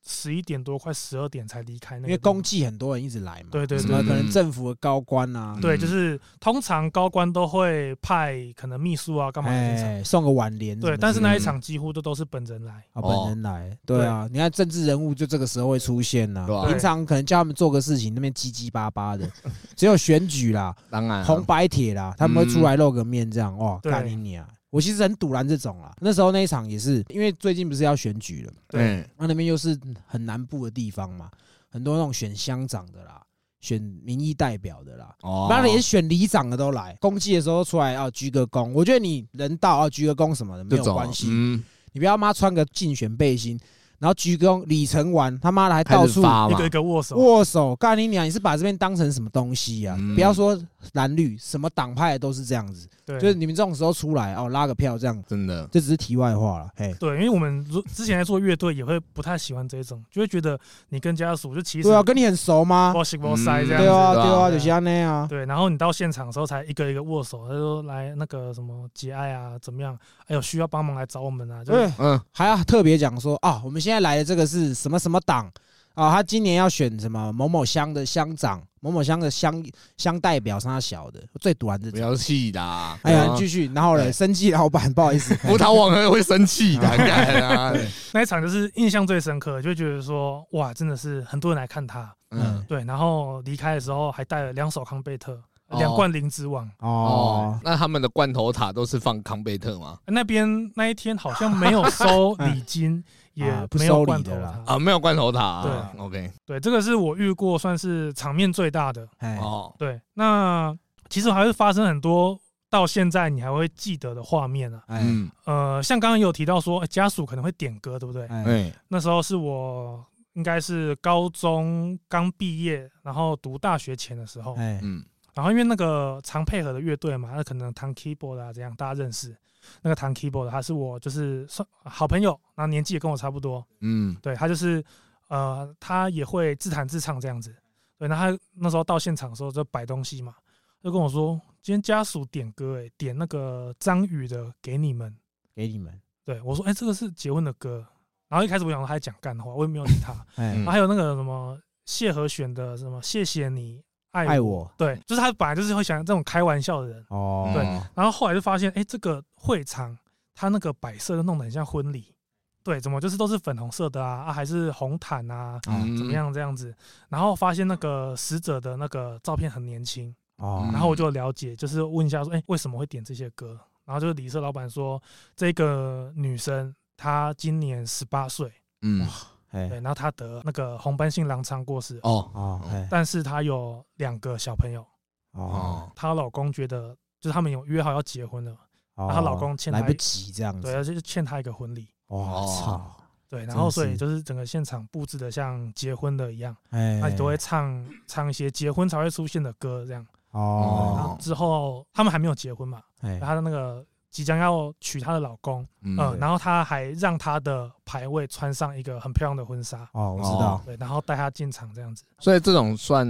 C: 十一点多，快十二点才离开那
A: 因
C: 个地
A: 为
C: 方。
A: 公祭很多人一直来嘛，
C: 对对
A: 什
B: 对
A: 么可能
B: 嗯
A: 政府的高官啊，
C: 对，
B: 嗯
C: 就是通常高官都会派可能秘书啊干嘛来这场，
A: 哎，送个挽联什么之类的，
C: 对，但是那一
B: 嗯
C: 场几乎都都是本人来，
A: 啊，
B: 哦
A: 本人来，对啊，你看政治人物就这个时候会出现呐、
B: 对啊
A: 平常可能叫他们做个事情，那边叽叽巴巴 的，只有选举啦、
B: 当然啊嗯
A: 红白铁啦，他们会出来露个面，这样哇，
C: 对
A: 干你娘！我其实很堵拦这种啦，那时候那一场也是，因为最近不是要选举了，
B: 嗯
A: 那那边又是很南部的地方嘛，很多那种选乡长的啦，选民意代表的啦，
B: 哦，
A: 当然连选里长的都来，公祭的时候出来啊鞠个躬，我觉得你人到啊鞠个躬什么的没
B: 这
A: 有
B: 种
A: 关系，
B: 嗯，
A: 你不要妈穿个竞选背心，然后鞠躬礼成完，他妈的还到
B: 开始
A: 处
B: 发
C: 一
B: 嘛
C: 个一，个握手。
A: 握手，干你娘！你是把这边当成什么东西呀、
B: 嗯
A: 不要说蓝绿，什么党派都是这样子，
C: 对，
A: 就是你们这种时候出来哦，拉个票这样，
B: 真的，
A: 这只是题外话了。嘿，
C: 对，因为我们如之前在做乐队也会不太喜欢这种，就会觉得你跟家属就其实
A: 对啊，跟你很熟吗？
C: 包西包塞这样
A: 对啊，
B: 对
C: 子。
A: 对
B: 啊
A: 啊，
C: 对啊
A: 有些那样 啊。
C: 对，然后你到现场的时候才一个一个握手，他说来那个什么节哀啊，怎么样？哎有需要帮忙来找我们啊，就是
A: 对，
B: 嗯，
A: 哎还要特别讲说啊，我们现在来的这个是什么什么党啊？他今年要选什么某某乡的乡长、某某乡的乡乡代表，是他小的，最毒然这
B: 不
A: 种。
B: 要气啦，
A: 哎呀，
B: 啊
A: 你继续，然后嘞，
B: 对
A: 生气老板，不好 意思，哎
B: 葡萄网很会生气 的，干啊，
C: 那一场就是印象最深刻，就觉得说哇，真的是很多人来看他。
B: 嗯，
C: 对，然后离开的时候还带了两手康贝特，
B: 哦
C: 两罐灵芝网。
A: 哦
B: 哦，，那他们的罐头塔都是放康贝特吗？
C: 那边那一天好像没 有收礼金，
A: 嗯
C: 也
A: 啊不
C: 没
A: 收
C: 有
A: 礼
C: 罐头
A: 的啦
C: 塔
B: 啊，没有罐头塔啊
C: 对
B: ，OK，
C: 对，这个是我遇过算是场面最大的。
A: 哎，
B: 哦，
C: 对，那其实还会发生很多到现在你还会记得的画面啊。
A: 哎，
B: 嗯，
C: 呃，像刚刚有提到说、哎家属可能会点歌，对不对？
A: 哎，
B: 哎，
C: 那时候是我应该是高中刚毕业，然后读大学前的时候，
A: 哎，
B: 嗯，
C: 然后因为那个常配合的乐队嘛，那可能弹 keyboard 啊，这样大家认识。那个弹 keyboard 的他是我就是算呃好朋友，然后年纪也跟我差不多，
B: 嗯，
C: 对他就是呃，他也会自弹自唱这样子。对，那他那时候到现场的时候就摆东西嘛，就跟我说今天家属点歌、欸，点那个张宇的给你们。
A: 给你们，
C: 对我说，哎、这个是结婚的歌。然后一开始我想说他在讲干话，我也没有理他。
A: 哎
B: 嗯，
C: 然后还有那个什么谢和弦的什么谢谢你爱我，
A: 爱我，
C: 对，就是他本来就是会想这种开玩笑的人。
B: 嗯
A: 哦，
C: 对，然后后来就发现，哎、这个会场它那个摆设都弄得很像婚礼，对，怎么就是都是粉红色的啊，啊还是红毯啊，
A: 嗯
C: 怎么？样这样子？然后发现那个死者的那个照片很年轻，
A: 哦，
C: 嗯然后我就了解，就是问一下说，哎、为什么会点这些歌？然后就是李社老板说，这个女生她今年十八岁，
B: 嗯，
A: 哎
C: 对，，然后她得那个红斑性狼疮过世，
B: 哦，
A: 哦，哎，
C: 嗯但是她有两个小朋友，
A: 哦，
B: 哦，
C: 她老公觉得就是他们有约好要结婚了。
A: 然
C: 后她老公欠她
A: 哦来不及这样
C: 对，啊
A: 子，
C: 而且就欠他一个婚礼。
A: 哇
B: 哦
A: 操，
C: 对，
A: 嗯真
C: 然后
A: 的
C: 所以
A: 是
C: 就是整个现场布置的像结婚的一样，
A: 哎，
C: 那你都会唱唱一些结婚才会出现的歌这样。对然
A: 哦，
C: 后之后他们还没有结婚嘛，
A: 哎，
C: 她的那个即将要娶她的老公，嗯，
A: 哦
B: 嗯，
C: 然后她还让她的牌位穿上一个很漂亮的婚纱，
A: 哦，我知道，
C: 对，然后带她进场这样子，
B: 所以这种算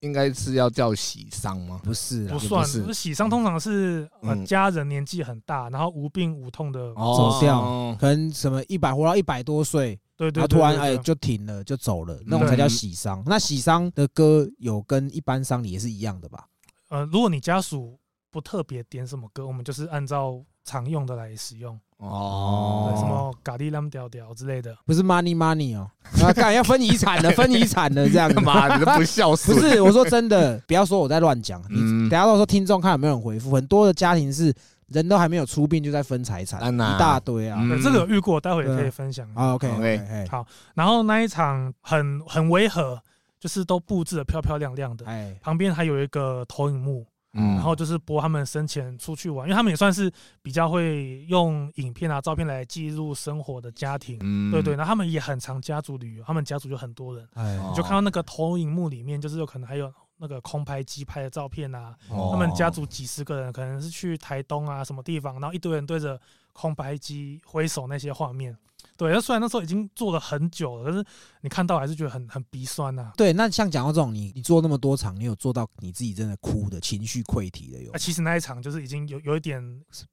B: 应该是要叫喜丧
A: 啊
B: 吗？
A: 不是嗯啦
C: 不，算
B: 是
C: 不是喜丧，通常是呃
B: 嗯
C: 家人年纪很大，然后无病无痛的，
A: 走掉
B: 哦
A: 可能什么一百活到一百多岁，
C: 对
A: 他
C: 对，
A: 突
C: 对
A: 然
C: 对
A: 哎
C: 对
A: 就停了就走了，那种才叫喜丧。那喜丧的歌有跟一般丧礼也是一样的吧？
C: 呃，如果你家属不特别点什么歌，我们就是按照常用的来使用，对，什
B: 哦，
C: 么咖喱浪调调之类的。
A: 不是 money money 哦， 啊，干要分遗产的，分遗产的这样子
B: 干。嘛？你都不孝
A: 不
B: 顺？
A: 是，我说真的，不要说我在乱讲。你
B: 嗯
A: 等下到时候听众看有没有人回复，很多的家庭是人都还没有出殡就在分财产，
B: 当然啊
A: 一大堆啊。
B: 嗯
C: 对，这个有遇过，待会也
A: 对
C: 可
A: 啊
C: 以分享一下。
A: 啊，OK
B: OK
A: OK，
C: 好然后那一场很很违和，就是都布置的漂漂亮亮的，
A: 哎，
C: 旁边还有一个投影幕，
B: 嗯
C: 然后就是播他们生前出去玩，因为他们也算是比较会用影片啊、照片来记录生活的家庭。
B: 嗯
C: 对对，，然后他们也很常家族旅游，他们家族就很多人，
A: 哎，
B: 哦
C: 你就看到那个投影幕里面，就是有可能还有那个空拍机拍的照片啊，
B: 哦
C: 他们家族几十个人，可能是去台东啊什么地方，然后一堆人对着空白机挥手那些画面，对，那虽然那时候已经做了很久了，但是你看到还是觉得很很鼻酸呐、啊。
A: 对，那像讲到这种，你你做那么多场，你有做到你自己真的哭的情绪溃体的有
C: 啊，其实那一场就是已经有有一点，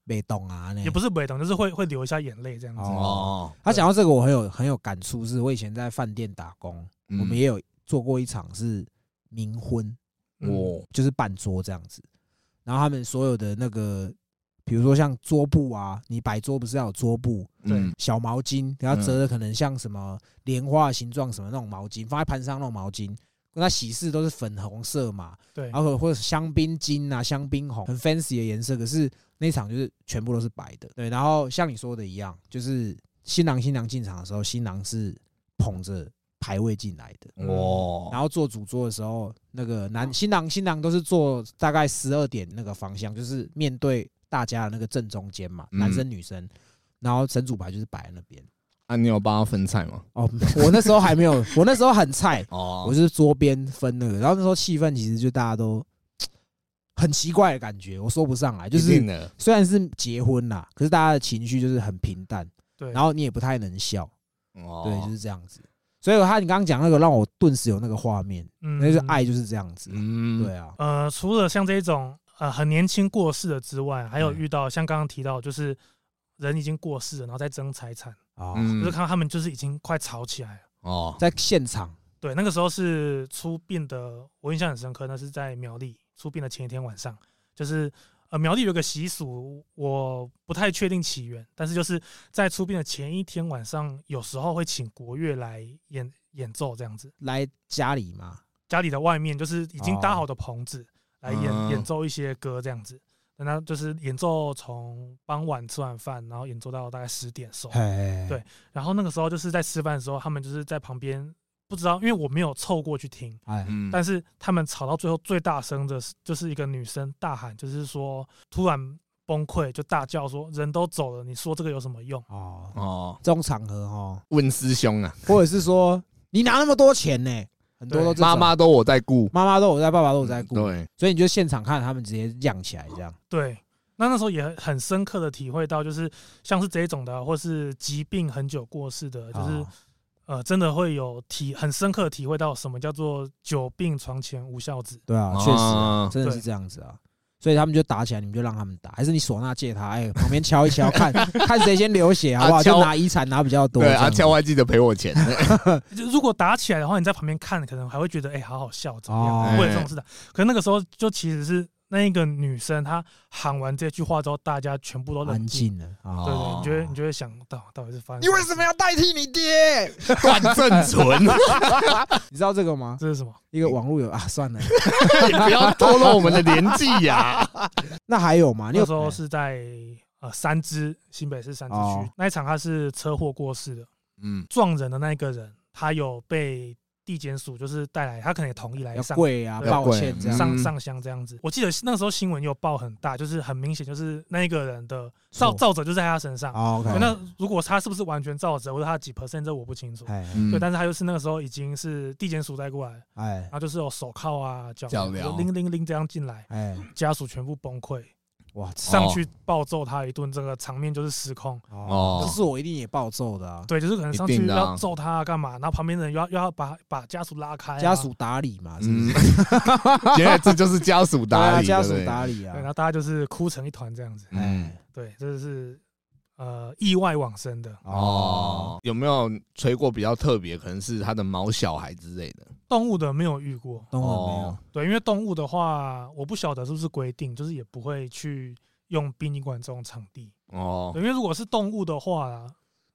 A: 被动啊？那
C: 也不是被动，就是会会流一下眼泪这样子。
B: 嗯哦，
A: 他讲到这个，我很有很有感触，是我以前在饭店打工，
B: 嗯
A: 我们也有做过一场是冥婚，
C: 嗯
B: 我
A: 就是办桌这样子，然后他们所有的那个，比如说像桌布啊，你摆桌不是要有桌布、
C: 对
B: 嗯
A: 小毛巾，然后折的可能像什么莲花的形状什么那种毛巾，放在盘上那种毛巾。那喜事都是粉红色嘛，
C: 对
A: 然，后或者香槟金啊、香槟红，很 fancy 的颜色。可是那场就是全部都是白的，对。然后像你说的一样，就是新郎新娘进场的时候，新郎是捧着牌位进来的，
B: 嗯我
A: 然后做主桌的时候，那个男
B: 嗯
A: 新郎新娘都是坐大概十二点那个方向，就是面对大家的那个正中间嘛，
B: 嗯
A: 男生女生。然后神主牌就是摆在那边。
B: 啊，你有帮他分菜吗？
A: 哦， 我那时候还没有，我那时候很菜，
B: 哦，
A: 我就是桌边分那个。然后那时候气氛其实就大家都很奇怪的感觉，我说不上来，就
B: 一
A: 是
B: 定的
A: 虽然是结婚啦，可是大家的情绪就是很平淡，
C: 对
A: 然后你也不太能笑，
B: 哦，
A: 对，就是这样子。所以他你刚刚讲那个让我顿时有那个画面，
C: 嗯
A: 那就是爱就是这样子，
B: 嗯，
A: 对啊。
C: 呃，除了像这种呃很年轻过世的之外，还有
A: 嗯
C: 遇到像刚刚提到，就是人已经过世了，然后再争财产，
A: 啊，
C: 就是
B: 嗯
C: 看到他们就是已经快吵起来了。
B: 哦，
A: 在现场
C: 对，那个时候是出殡的，我印象很深刻，那是在苗栗出殡的前一天晚上，就是呃苗栗有个习俗，我不太确定起源，但是就是在出殡的前一天晚上，有时候会请国乐来演演奏这样子，
A: 来家里嘛，
C: 家里的外面就是已经搭好的棚子、来演、
B: 哦嗯
C: 演奏一些歌这样子。那他就是演奏从傍晚吃完饭，然后演奏到大概十点收。
A: 哎，
C: 哦对然后那个时候就是在吃饭的时候，他们就是在旁边不知道，因为我没有凑过去听，
A: 哎，
B: 嗯，
C: 但是他们吵到最后最大声的是，就是一个女生大喊，就是说突然崩溃，就大叫说：“人都走了，你说这个有什么用
A: 哦，
B: 哦，
A: 这种场合哦，
B: 问师兄啊，
A: 或者是说你拿那么多钱呢，很多都这种
B: 妈妈都我在顾，
A: 妈妈都有在，爸爸都有在顾，
B: 对，
A: 所以你就现场看他们直接亮起来这样，？”
C: 对，那那时候也很深刻的体会到，就是像是这一种的，或是疾病很久过世的，就是
A: 哦
C: 呃，真的会有体很深刻的体会到什么叫做久病床前无孝子。
A: 对啊，
B: 哦
A: 确实啊，真的是
C: 对
A: 这样子啊。所以他们就打起来，你们就让他们打，还是你唢呐借他？哎，旁边敲一敲，看看谁先流血，好不好？
B: 啊敲
A: 就拿遗产拿比较多。
B: 对，啊
A: 这样
B: 阿
A: 子
B: 乔还记得赔 我钱，
C: 就如果打起来的话，你在旁边看，可能还会觉得哎、好好笑怎么
A: 哦
C: 样？为了这种事的。可是那个时候就其实是那一个女生，她喊完这句话之后，大家全部都冷
A: 安静
C: 静。
A: 了
C: 对
A: 啊！
C: 对，你就会你就会想到到底是发生
A: 你为什么
C: 要？
A: 要代替你爹？
B: 段正 淳，
A: 你知道这个吗？
C: 这是什么？
A: 一个网络有啊，算了，
B: 你不要透露我们的年纪呀。
A: 那还有吗？你
C: 那
A: 有
C: 时候是在呃三芝新北市三芝
A: 哦
C: 区那一场，他是车祸过世的，
B: 嗯，
C: 撞人的那一个人，他有被地检署就是带来，他可能也同意来
A: 要
C: 上
A: 跪啊，
C: 对
A: 抱
B: 跪
A: 歉这样。
C: 上
B: 嗯
C: 上香这样子。我记得那时候新闻有报很大，就是很明显就是那一个人的
A: 错
C: 造造者就在他身上。
A: 哦
C: 对
A: ，OK，
C: 那如果他是不是完全照着，或者他几 percent，这我不清楚。
A: 哎
B: 嗯
C: 对，但是他就是那个时候已经是地检署带过来，然
A: 哎
C: 后就是有手铐啊、脚
B: 脚镣
C: 就铃铃铃这样进来，
A: 哎，
C: 家属全部崩溃，
A: 哇，
C: 上去暴揍他一顿，这个场面就是失控。
A: 哦
B: 哦，
A: 这是我一定也暴揍的啊，
C: 对，就是可能上
B: 一
C: 去
B: 定的啊
C: 要揍他啊干嘛，然后旁边的人又要又要把把家属拉开啊、
A: 家属打理嘛，是不
B: 嗯
A: 是？，
B: 原来这就是家属
A: 对
B: 打
A: 啊，
B: 理，
A: 家
B: 对不
A: 属
B: 对
A: 打理
C: 对，然
A: 啊，
C: 后大家就是哭成一团这样子。
B: 嗯
A: 哎，
C: 对，这是呃意外往生的
A: 哦
B: 哦，，有没有吹过比较特别？可能是他的毛小孩之类的。
C: 动物的没有遇过。
A: 懂了没
B: 哦
A: 有？
C: 对，因为动物的话，我不晓得是不是规定，就是也不会去用殡仪馆这种场地。
B: 哦
C: 对，因为如果是动物的话啦，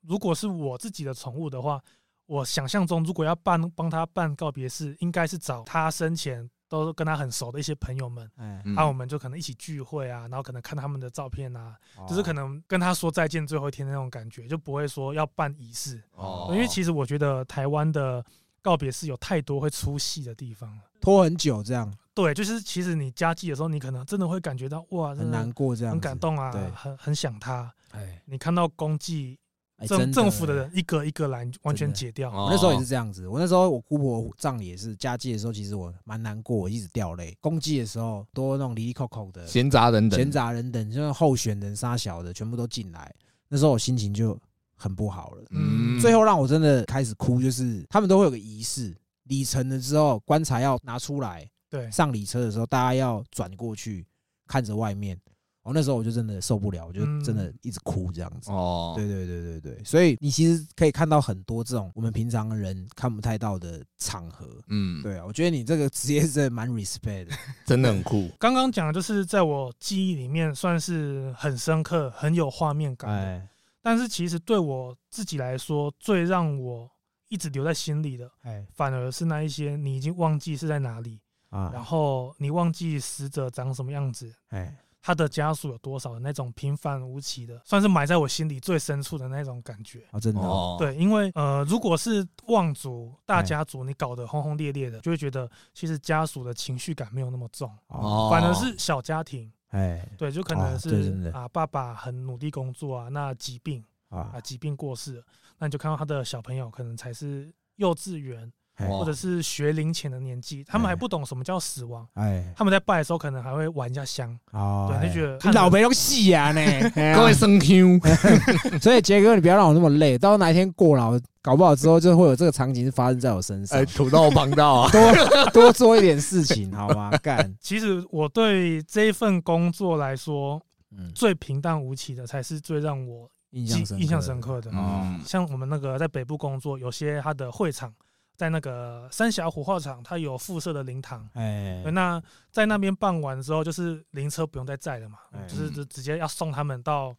C: 如果是我自己的宠物的话，我想象中如果要办帮他办告别式，应该是找他生前都跟他很熟的一些朋友们，
A: 哎，
B: 嗯
C: 啊，我们就可能一起聚会啊，然后可能看他们的照片啊，
B: 哦
C: 就是可
A: 能
C: 能跟他说再见最后一天的那种感觉，就不会说要办仪式。
B: 哦
C: 因为其实我觉得台湾的告别式有太多会出戏的地方了。
A: 拖很久这样，
C: 对，就是其实你家祭的时候，你可能真的会感觉到哇，真
A: 很
C: 的
A: 难过这样，
C: 很感。动啊
A: 对，
C: 很很想他。
A: 哎，
C: 你看到公祭
A: 哎
C: 政政府的。
A: 真
C: 人一个一个来，完全
A: 真的
C: 解掉。
B: 哦
A: 我那时候也是这样子，我那时候我姑婆葬礼也是家祭的时候，其实我蛮难过，我一直掉泪。公祭的时候多那种离离扣扣的，
B: 闲杂人等，
A: 闲杂人等，就是候选人、杀小的，全部都进来。那时候我心情就很不好了。
B: 嗯，
A: 最后让我真的开始哭，就是他们都会有个仪式，礼成了之后，棺材要拿出来，
C: 对，
A: 上礼车的时候，大家要转过去看着外面。哦，那时候我就真的受不了，我就真的一直哭这样子。
B: 嗯哦，
A: 对对对对对，所以你其实可以看到很多这种我们平常人看不太到的场合。
B: 嗯，
A: 对啊，我觉得你这个职业真的蛮 respect 的。
B: 真的很酷。
C: 刚刚讲的就是在我记忆里面算是很深刻、很有画面感的。
A: 哎
C: 但是其实对我自己来说，最让我一直留在心里的，
A: 哎
C: 反而是那一些你已经忘记是在哪里，然
A: 啊
C: 后你忘记死者长什么样子，
A: 哎，
C: 他的家属有多少的那种平凡无奇的，算是埋在我心里最深处的那种感觉。
A: 哦真的哦
B: 哦，，
C: 对，因为呃，如果是望族大
A: 哎
C: 家族，你搞得轰轰烈
A: 嗯
C: 烈的，就会觉得呃其实家属的情绪感没有那么重，
A: 哦
C: 反而是小家庭，
A: 哎
C: 对，就可能
A: 哦
C: 是、
A: 对真的
C: 啊，爸爸很努力工作啊，那疾病啊，
A: 啊
C: 疾病过世了，那你就看到他的小朋友可能才是幼稚园
A: 哎
B: 哦
C: 或者是学龄前的年纪，他们还
A: 哎
C: 不懂什么叫死亡，
A: 哎
C: 他们在拜的时候可能还会玩一下香，
A: 哦，
C: 对，
A: 哎
C: 就觉得
A: 你
C: 看
A: 老
C: 着
A: 没用戏啊 呢，哎呀哎
B: 各位生 Q，
A: 所
C: 哎
A: 以杰哥，你不要让我那么累，到时候哪一天过劳，搞不好之后就会有这个场景发生在我身上
B: 哎，。土豆帮到 啊，
A: 多多做一点事情，好吗？干，
C: 其实我对这一份工作来说，
A: 嗯，
C: 最平淡无奇的才是最让我
A: 印
C: 记
A: 象深刻
C: 印象深刻的。
B: 嗯，
C: 像我们那个在北部工作，有些它的会场在那个三峡火化场，它有附设的灵堂。
A: 哎
C: 对，那在那边办完之后，就是灵车不用再载了嘛，
A: 哎
C: 就是就直接要送他们到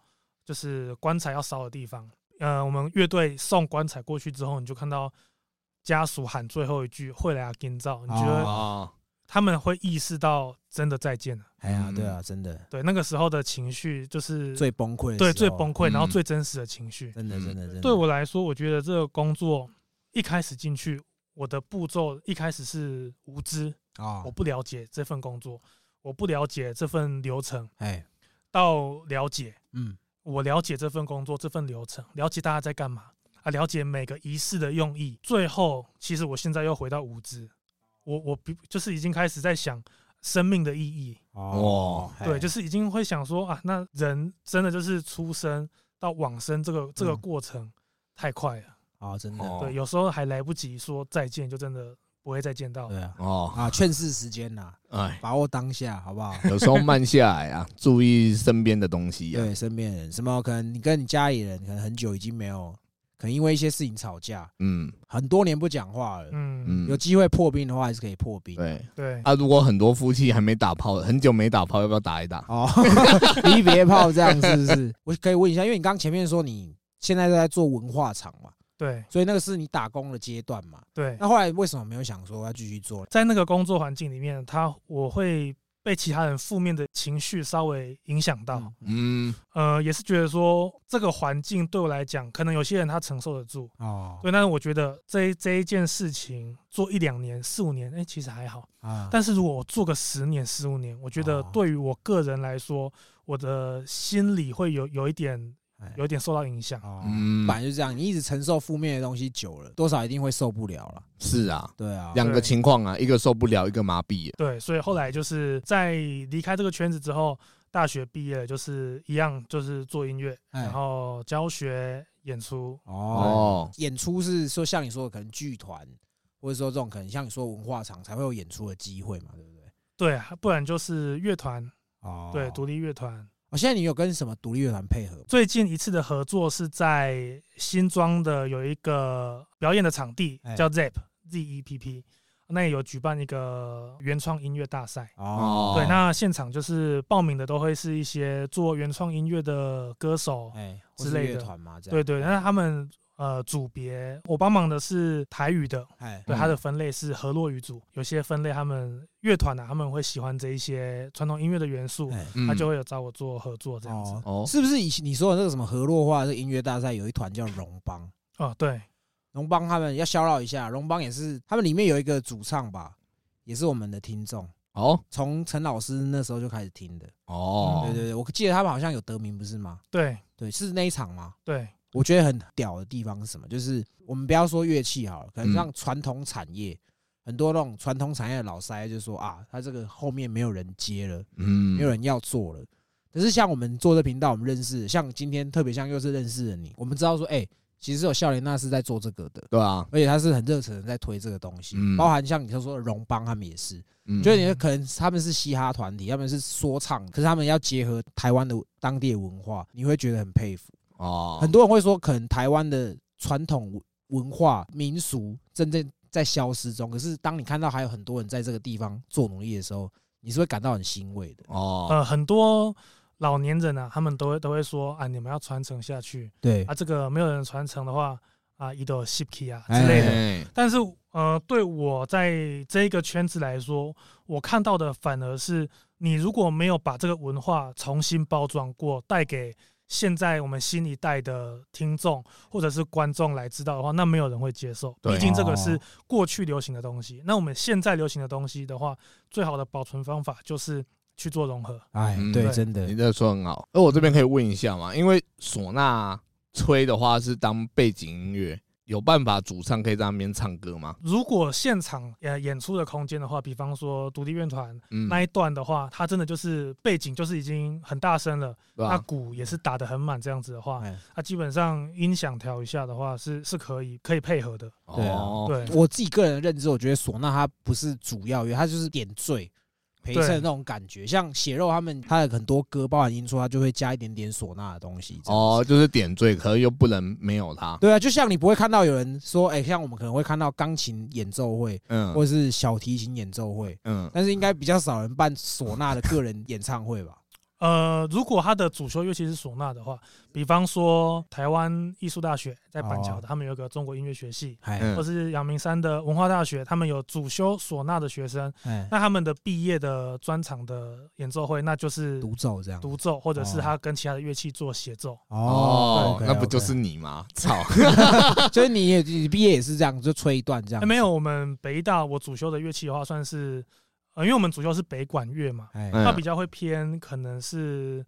C: 就是棺材要烧的地方。呃，我们乐队送棺材过去之后，你就看到家属喊最后一句“会来啊，金照”，你觉得
A: 哦
B: 啊，
C: 他们会意识到真的再见了。
A: 哎呀，对啊，真的
C: 对，那个时候的情绪就是
A: 最崩溃的时候，
C: 嗯对最崩溃，然后
B: 嗯
C: 最真实的情绪。
A: 真的，真的真的，
C: 对我来说，我觉得这个工作一开始进去，我的步骤一开始是无知，
A: 啊
C: 我，不了解这份工作，我不了解这份流程，
A: 哎，
C: 到了解，
A: 嗯，
C: 我了解这份工作，这份流程，了解大家在干嘛啊，了解每个仪式的用意。最后，其实我现在又回到无知，我我比就是已经开始在想生命的意义，
A: 哦，
B: 哎
C: 对，就是是已经会想说啊，那人真的就是出生到往生这个这个过程太快了。
A: 啊，真的，
B: 嗯哦
C: 对，有时候还来不及说再见，就真的不会再见到。
A: 对啊，
B: 哦，
A: 啊，劝世时间呐，
B: 哎，
A: 把握当下，好不好？
B: 有时候慢下来啊，注意身边的东西啊，
A: 对，身边人，什么可能你跟你家里人可能很久已经没有，可能因为一些事情吵架，
B: 嗯
A: 很多年不讲话了，
C: 嗯，
A: 有
B: 嗯，
A: 机会破冰的话还是可以破冰。
B: 对
C: 对，
B: 啊，如果很多夫妻还没打炮，很久没打炮，要不要打一打？
A: 哦， 离别炮这样是不是？我可以问一下，因为你刚前面说你现在都在做文化厂嘛，
C: 对，
A: 所以那个是你打工的阶段嘛。
C: 对，
A: 那后来为什么没有想说要继续做？
C: 在那个工作环境里面，他我会被其他人负面的情绪稍微影响到。
B: 嗯，
C: 呃，也是觉得说这个环境对我来讲，可能有些人他承受得住，
A: 哦，
C: 对，但是我觉得这一这一件事情做一两年、四五年，哎、其实还好。
A: 啊，
C: 但是如果我做个十年、十五年，我觉得
A: 哦
C: 对于我个人来说，我的心理会有有一点
A: 哎
C: 有一点受到影响。
A: 哦，
B: 嗯
A: 反正就这样，你一直承受负面的东西久了，多少一定会受不了了。
B: 是啊，
A: 对啊，
B: 两个情况啊，一个受不了，一个麻痹。
C: 对，所以后来就是在离开这个圈子之后，大学毕业了就是一样，就是做音乐，
A: 哎
C: 然后教学、演出。
A: 哦，
B: 哦，
A: 演出是说像你说的，可能剧团或者说这种可能像你说文化厂才会有演出的机会嘛，对不对？
C: 对啊，不然就是乐团，
A: 哦，
C: 对，独立乐团。
A: 哦，现在你有跟什么独立乐团配合吗？
C: 最近一次的合作是在新庄的有一个表演的场地
A: 哎
C: 叫 ZEP Z E P P，那也有举办一个原创音乐大赛。
A: 哦，
C: 对，那现场就是报名的都会是一些做原创音乐的歌手，
A: 哎
C: 之
A: 或是
C: 类
A: 乐
C: 的
A: 团嘛，这样嗯
C: 对对，那他们呃组别，我帮忙的是台语的，
A: 哎
C: 对
B: 嗯
C: 它的分类是河洛语组，有些分类他们乐团呢、啊，他们会喜欢这一些传统音乐的元素，
A: 哎
B: 嗯
C: 他就会有找我做合作这样子。
A: 哦，
B: 哦，
A: 是不是以前你说的那个什么河洛话的音乐大赛有一团叫荣邦？
C: 哦，对，
A: 荣邦他们要骚扰一下，荣邦也是他们里面有一个主唱吧，也是我们的听众，
B: 哦，
A: 从陈老师那时候就开始听的。对
B: 哦，
A: 对对，我记得他们好像有得名不是吗？
C: 对
A: 对，是那一场吗？
C: 对，
A: 我觉得很屌的地方是什么？就是我们不要说乐器好了，
B: 嗯
A: 可能像传统产业，很多那种传统产业的老塞就说啊，他这个后面没有人接了，没有
B: 嗯，
A: 人要做了。可是像我们做这频道，我们认识，像今天特别像又是认识了你，我们知道说，哎，其实有笑莲娜是在做这个的，
B: 对啊，
A: 而且他是很热诚的在推这个东西，
B: 嗯
A: 包含像你说的荣邦他们也是，
B: 嗯，
A: 就是你可能他们是嘻哈团体，他们是说唱，可是他们要结合台湾的当地的文化，你会觉得很佩服。
B: 哦，
A: 很多人会说，可能台湾的传统文化民俗正正在消失中，可是当你看到还有很多人在这个地方做努力的时候，你是会感到很欣慰的。
B: 哦，
C: 呃，很多老年人啊，他们都会都会说啊，你们要传承下去
A: 对
C: 啊，这个没有人传承的话啊，一都 s h i k i 啊
A: 哎
C: 之类的。
B: 的，
C: 但是呃，对我在这一个圈子来说，我看到的反而是你如果没有把这个文化重新包装过，带给现在我们新一代的听众或者是观众来知道的话，那没有人会接受。
B: 对
C: 毕竟这个是
A: 哦
C: 过去流行的东西。那我们现在流行的东西的话，最好的保存方法就是去做融合。
A: 哎，
B: 嗯
A: 对，
C: 对
A: 真的
B: 你，这说很好。而我这边可以问一下嘛，因为唢呐吹的话是当背景音乐，有办法主唱可以在那边唱歌吗？
C: 如果现场呃演出的空间的话，比方说独立乐团
B: 嗯，
C: 那一段的话，它真的就是背景就是已经很大声了。
B: 对
C: 那
B: 吧？
C: 鼓也是打得很满这样子的话，
A: 哎，
C: 它基本上音响调一下的话是是可以可以配合的。
A: 对啊
B: 哦，
C: 对，
A: 我自己个人的认知，我觉得唢呐它不是主要乐，它就是点缀。陪衬的那种感觉，像血肉他们，他的很多歌，包含音出，他就会加一点点唢呐的东西。哦，
B: 哦，就是点缀，可是又不能没有它。
A: 对啊，就像你不会看到有人说，哎，像我们可能会看到钢琴演奏会，
B: 嗯
A: 或是小提琴演奏会，
B: 嗯，
A: 但是应该比较少人办唢呐的个人演唱 会吧？
C: 呃，如果它的主修乐器是唢呐的话，比方说台湾艺术大学在板桥的，他们有一个中国音乐学系，
A: 哎
B: 嗯
C: 或是阳明山的文化大学，他们有主修唢呐的学生，
A: 哎，
C: 那他们的毕业的专场的演奏会，那就是
A: 独奏这样
C: 独奏，或者是
A: 哦
C: 他跟其他的乐器做协奏。
B: 哦，
A: 对
B: 那
A: OK，
B: 不就是
A: OK
B: 你吗？操！
A: 所以你也你毕业也是这样，就吹一段这样
C: 哎，。没有，我们北大我主修的乐器的话，算是呃，因为我们主修是北管乐嘛，
A: 哎，
B: 嗯
C: 它比较会偏，可能是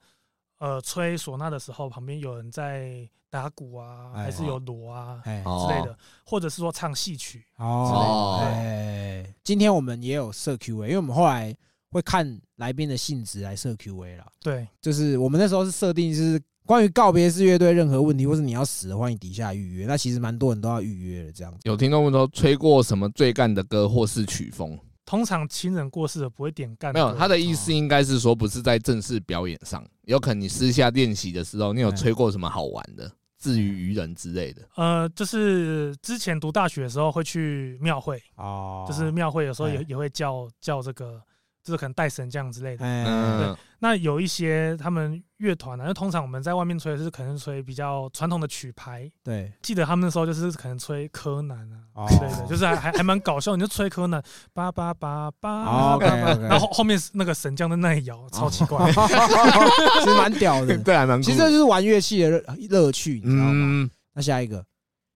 C: 呃吹唢呐的时候，旁边有人在打鼓啊，
A: 哎
C: 还是有锣啊
A: 哎，
B: 哦
C: 之类的，或者是说唱戏曲。
A: 哦，
B: 之类的
A: 哎，今天我们也有设 Q A，因为我们后来会看来宾的性质来设 Q A 啦。
C: 对，
A: 就是我们那时候是设定是关于告别式乐队任何问题，或是你要死的话，你底下预约。那其实蛮多人都要预约的这样子。
B: 有听众问说，吹过什么最干的歌或是曲风？
C: 通常亲人过世的不会点干
B: 没
C: 歌，哦
B: 有，他的意思应该是说，不是在正式表演上，有可能你私下练习的时候，你有吹过什么好玩的，至于愚人之类的。
C: 呃，就是之前读大学的时候会去庙会，
A: 哦，
C: 就是庙会有时候也
A: 哎
C: 也会叫叫这个，就是可能带神将之类的。
A: 哎，
B: 嗯，
C: 那有一些他们乐团啊呢，因为通常我们在外面吹的是可能吹比较传统的曲牌，
A: 对，
C: 记得他们那时候就是可能吹柯南啊，
A: 哦
C: 之类的，就是还还还蛮搞笑。你就吹柯南，叭叭叭
A: 哦
C: 叭，
A: OK，
C: 然后后后面是那个神将在那里摇，超奇怪。
A: 其实蛮屌 的。
B: 对，还蛮酷
A: 其实这就是玩乐器的乐乐趣，你知道吗？
B: 嗯，
A: 那下一个，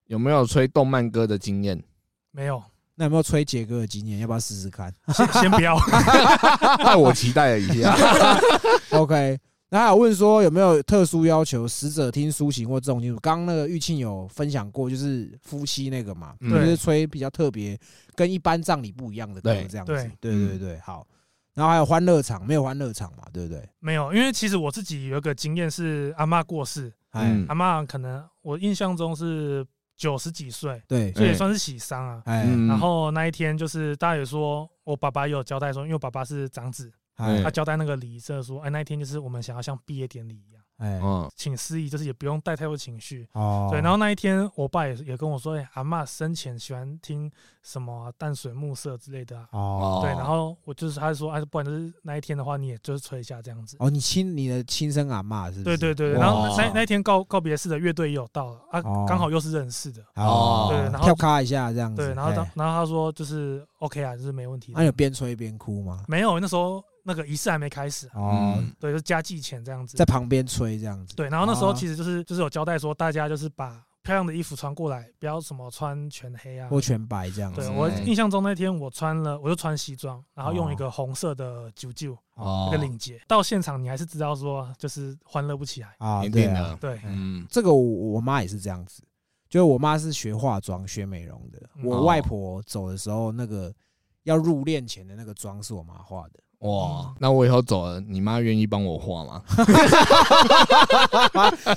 B: 有没有吹动漫歌的经验？
C: 没有，
A: 那有没有吹杰哥的经验？要不要试试看
C: 先先不要。
B: 害我期待了一下。
A: ？OK。那还有问说有没有特殊要求，死者听抒情或重金属？刚刚那个玉庆有分享过，就是夫妻那个嘛，
B: 嗯
A: 就是吹比较特别，跟一般葬礼不一样的歌
B: 对嗯
A: 这样子。
C: 对
A: 对对对对，好。然后还有欢乐场，没有欢乐场嘛，对不对？
C: 没有，因为其实我自己有一个经验是阿嬷过世，
A: 哎
B: 嗯，
C: 阿嬷可能我印象中是九十几岁，
A: 对，
C: 所以也算是喜丧啊。
A: 哎
B: 嗯
C: 然后那一天就是大家也说，我爸爸也有交代说，因为我爸爸是长子，
A: 哎
C: 他交代那个礼仪社说，哎，那一天就是我们想要像毕业典礼一样，
A: 哎
B: 嗯，
C: 请司仪就是也不用带太多情绪，
A: 哦，
C: 对，然后那一天，我爸也也跟我说，哎、阿嬷生前喜欢听什么啊、淡水暮色之类的、啊。
A: 哦
B: 哦
C: 对，然后我就是他就说，哎、不然就是那一天的话，你也就是吹一下这样子。
A: 哦，你亲你的亲生阿嬷是不
C: 对
A: 是？
C: 对对，
A: 哇
C: 然后那那一天告告别式的乐队也有到了啊
A: 哦，
C: 刚好又是认识的。
A: 哦，
C: 对然后
A: 跳咖一下这样子。
C: 对，然后
A: 哎
C: 他然后他说就是 OK 啊，就是没问题的
A: 那、。有边吹边哭吗？
C: 没有，那时候那个仪式还没开始啊，
A: 哦，
B: 嗯
C: 对，就是加祭前这样子
A: 在。旁边吹这样子。
C: 对，然后那时候
A: 啊
C: 其实就是就是有交代说，大家就是把漂亮的衣服穿过来，不要什么穿全黑啊，
A: 或全白这样子
C: 对
B: 嗯。
C: 我
B: 哎
C: 印象中那天我穿了，我就穿西装，然后用一
A: 哦
C: 个红色的九九
B: 哦
C: 那个领结，到现场你还是知道说就是欢乐不起来。
A: 啊，
B: 一
A: 对
B: 定
A: 啊
B: 的，，
C: 对，哎
B: 嗯，
A: 这个我我妈也是这样子，就是我妈是学化妆、学美容的。
B: 哦
C: 嗯
A: 我外婆走的时候，那个要入殓前的那个妆是我妈化的。
B: 哇，那我以后走了，你妈愿意帮我画吗？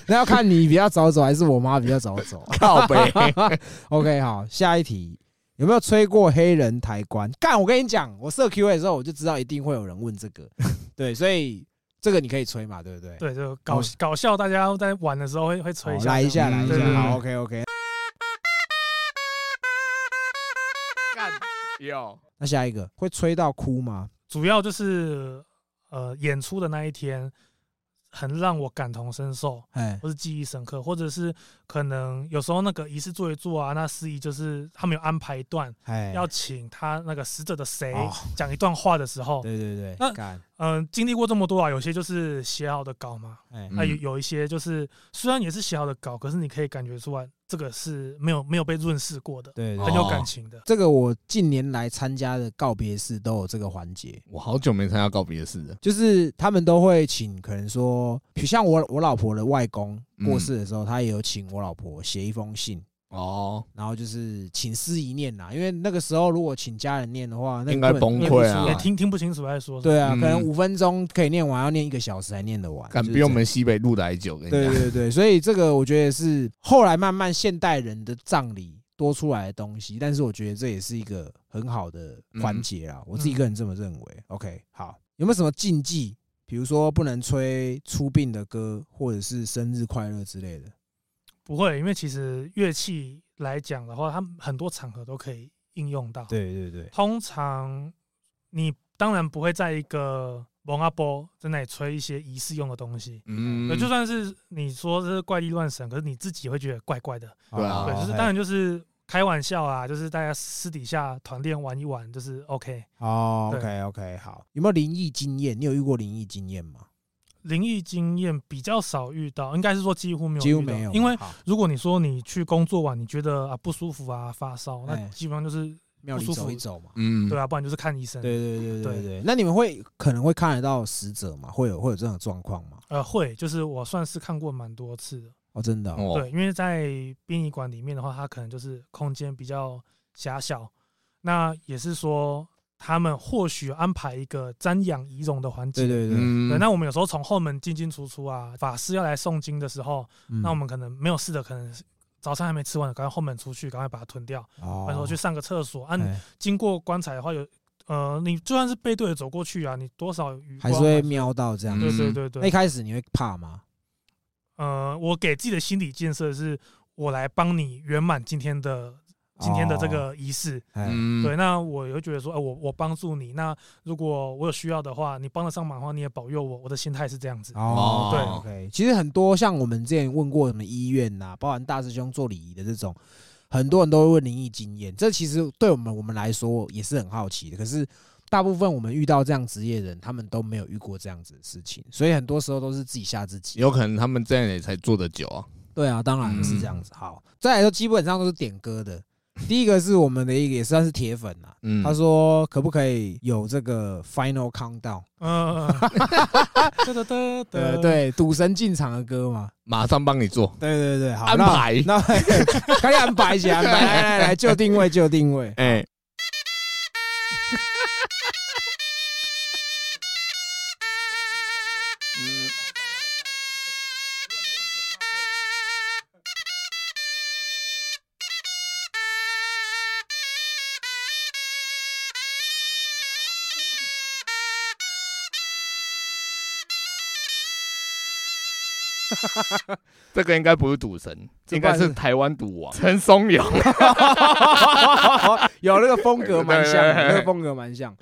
A: 那要看你比较早走还是我妈比较早走。
B: 靠背，
A: OK，好，下一题，有没有吹过黑人抬棺？干，我跟你讲，我设 Q A 的时候我就知道一定会有人问这个，对，所以这个你可以吹嘛，对不对？
C: 对，就搞
A: 嗯
C: 搞笑，大家在玩的时候会会吹一
A: 好
C: 下，嗯
A: 来一下，
B: 这
A: 来
B: 样
A: 一
C: 对对
A: 下，嗯
C: 对
A: 好，OK OK。
B: 干有
A: 那下一个会吹到哭吗？
C: 主要就是呃演出的那一天，很让我感同身受，
A: 哎，
C: 或是记忆深刻，或者是可能有时候那个仪式做一做啊，那司仪就是他们有安排一段
A: 哎，
C: 要请他那个死者的谁
A: 哦
C: 讲一段话的时候，
A: 对对对，
C: 那
A: 干，
C: 嗯，经历过这么多啊，有些就是写好的稿嘛，啊
A: 哎，
C: 那有
B: 嗯
C: 有一些就是虽然也是写好的稿，可是你可以感觉出来这个是没有没有被润饰过的，
A: 对，对对
C: 很有
B: 哦
C: 感情的。
A: 这个我近年来参加的告别式都有这个环节，
B: 我好久没参加告别式了。
A: 就是他们都会请，可能说，比如像我我老婆的外公过
B: 嗯
A: 世的时候，他也有请我老婆写一封信，
B: 哦，
A: 然后就是请司仪念呐，因为那个时候如果请家人念的话，那
B: 应该
A: 根本
B: 崩
A: 念不
B: 溃
A: 出
B: 啊
A: 来
C: 也听听不清楚在说什么。
A: 对啊，
B: 嗯
A: 可能五分钟可以念完，要念一个小时才念得完，
B: 敢
A: 就是
B: 比
A: 这
B: 我
A: 样
B: 们西北路的还久，跟你
A: 对
B: 讲。
A: 对对，所以这个我觉得也是后来慢慢现代人的葬礼多出来的东西，但是我觉得这也是一个很好的环节啊
B: 嗯
A: 啦，我自己个人这么认为。OK，好，有没有什么禁忌？比如说不能吹出殡的歌，或者是生日快乐之类的。
C: 不会，因为其实乐器来讲的话，它们很多场合都可以应用到。，
A: 对对对，
C: 通常你当然不会在一个蒙阿波在那里吹一些仪式用的东西。
B: 嗯
C: 对，就算是你说这是怪力乱神，可是你自己也会觉得怪怪的。
A: 哦
B: 对啊
C: 对，就是当然就是开玩笑啊，就是大家私底下团练玩一玩，就是 OK。
A: 哦
C: 对
A: ，OK OK，好，有没有灵异经验？你有遇过灵异经验吗？
C: 灵异经验比较少遇到，应该是说几乎没有，
A: 几乎没有嘛，
C: 因为
A: 好
C: 如果你说你去工作完，你觉得啊不舒服啊发烧，那
A: 哎
C: 基本上就是
A: 庙里
C: 不舒
A: 走
C: 服
A: 一走嘛。
B: 嗯，
C: 对啊，不然就是看医生。
A: 对对对对
C: 对
A: 对，那你们会可能会看得到死者吗？会有会有这种状况吗？
C: 呃，会，就是我算是看过蛮多次的。
A: 哦，真的哦、
B: 哦，
C: 对，因为在殡仪馆里面的话，它可能就是空间比较狭小，那也是说他们或许安排一个瞻仰仪容的环节。
A: 对对对，
B: 嗯
C: 对那我们有时候从后门进进出出啊，法师要来诵经的时候，
A: 嗯
C: 那我们可能没有事的，可能早餐还没吃完，赶快后门出去，赶快把它吞掉，
A: 哦
C: 或者说去上个厕所。啊，你
A: 哎
C: 经过棺材的话，有呃，你就算是背对着走过去啊，你多少余
A: 还
C: 光
A: 是会瞄到这样
B: 嗯
A: 子。
C: 对对对
A: 那一
C: 对，
A: 开始你会怕吗？
C: 呃，我给自己的心理建设是，我来帮你圆满今天的今天的这
A: 哦，
C: 个仪式。
A: 哎，
B: 嗯
C: 对，那我也会觉得说，哎、我我帮助你，那如果我有需要的话，你帮得上忙的话，你也保佑我，我的心态是这样子。
A: 哦，
C: 对
A: OK，其实很多像我们之前问过什么医院呐、包含大师兄做礼仪的这种，很多人都会问灵异经验，这其实对我们我们来说也是很好奇的。可是大部分我们遇到这样职业人，他们都没有遇过这样子的事情，所以很多时候都是自己吓自己。
B: 有可能他们这样也才做得久啊。
A: 对啊，当然是
C: 嗯
A: 这样子。好，再来说基本上都是点歌的。第一个是我们的一个也算是铁粉啦、
B: 嗯，
A: 他说可不可以有这个 Final Countdown？
C: 嗯，对对对
A: 对对，赌神进场的歌嘛。
B: 马上帮你做
A: 对对对，好，
B: 安排。
A: 那。 那赶紧安排一 下，安排来来来，就定位就定位。
B: 哎，这个应该不是赌神，
A: 这
B: 应该
A: 不然
B: 是
A: 是
B: 台湾赌王陈松勇。
A: 有那个风格蛮像的，
B: 对对对
A: 那个风格蛮 像。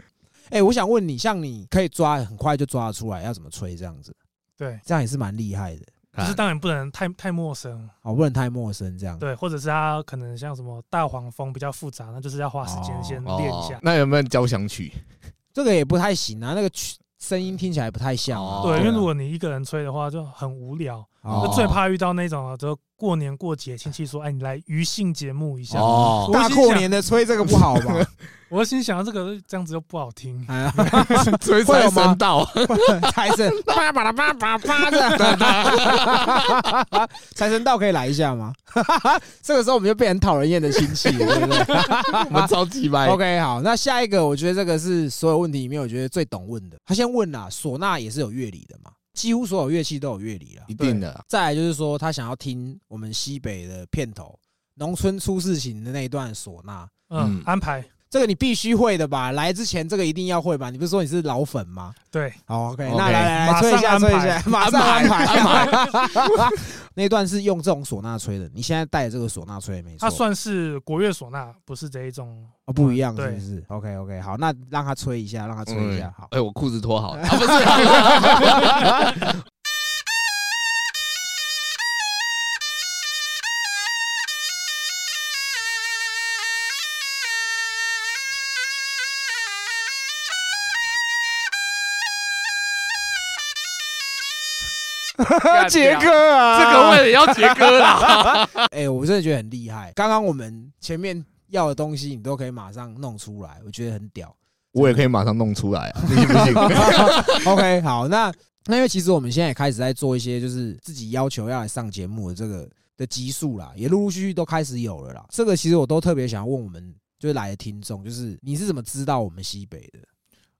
A: 哎，我想问你，像你可以抓很快就抓得出来，要怎么吹这样子？
C: 对，
A: 这样也是蛮厉害的。
C: 就是当然不能太太陌生，
A: 好，不能太陌生这样。
C: 对，或者是他可能像什么大黄蜂比较复杂，那就是要花时间先
B: 哦
C: 练一下。
B: 那有没有交响曲？
A: 这个也不太行啊，那个曲声音听起来不太像啊。
B: 哦
C: 对，因为
A: 啊
C: 如果你一个人吹的话就很无聊，
B: 哦
C: 就最怕遇到那种啊，就过年过节亲戚说，哎，你来余兴节目一下。
B: 哦
C: 我
A: 大
C: 心
A: 过
C: 想
A: 年的吹这个不 好吧？
C: 我心想这个这样子又不好听，
A: 哎呀，
B: 所以
A: 会
B: 才
A: 有吗
B: 神道，
A: 财神叭叭啦叭叭叭的， 财神道可以来一下吗？ 这个时候我们就变成讨人厌的亲戚了，对不对
B: 我们超级白。
A: ？OK，好，那下一个我觉得这个是所有问题里面我觉得最懂问的。他先问啦，唢呐也是有乐理的嘛？几乎所有乐器都有乐理啦
B: 一。定的，
A: 再来就是说，他想要听我们西北的片头《农村出事情》的那一段唢呐，
C: 嗯
B: 嗯，
C: 安排
A: 这个你必须会的吧？来之前这个一定要会吧？你不是说你是老粉吗？
C: 对，
A: 好，OK，
B: OK，
A: 那来来来，
C: 马
A: 吹一下，
C: 上
A: 吹一
C: 安
A: 下，马上安排安排。 那段是用这种唢呐吹的，你现在带的这个唢呐吹的没错，
C: 它算是国乐唢呐，不是这一种
A: 哦不一样，是
C: 对
A: 不是？OK OK，好，那让他吹一下，让他吹一下，好。
B: 哎，我裤子 脱好了，啊啊不是，干
A: 杰哥啊，
B: 这个位也要杰哥啦。
A: 哎，我真的觉得很厉害。刚刚我们前面要的东西，你都可以马上弄出来，我觉得很屌。
B: 我也可以马上弄出来啊，你信不 信？
A: OK，好，那那因为其实我们现在也开始在做一些就是自己要求要来上节目的这个的集数啦，也陆陆续续都开始有了啦。这个其实我都特别想要问我们就是来的听众，就是你是怎么知道我们西北的？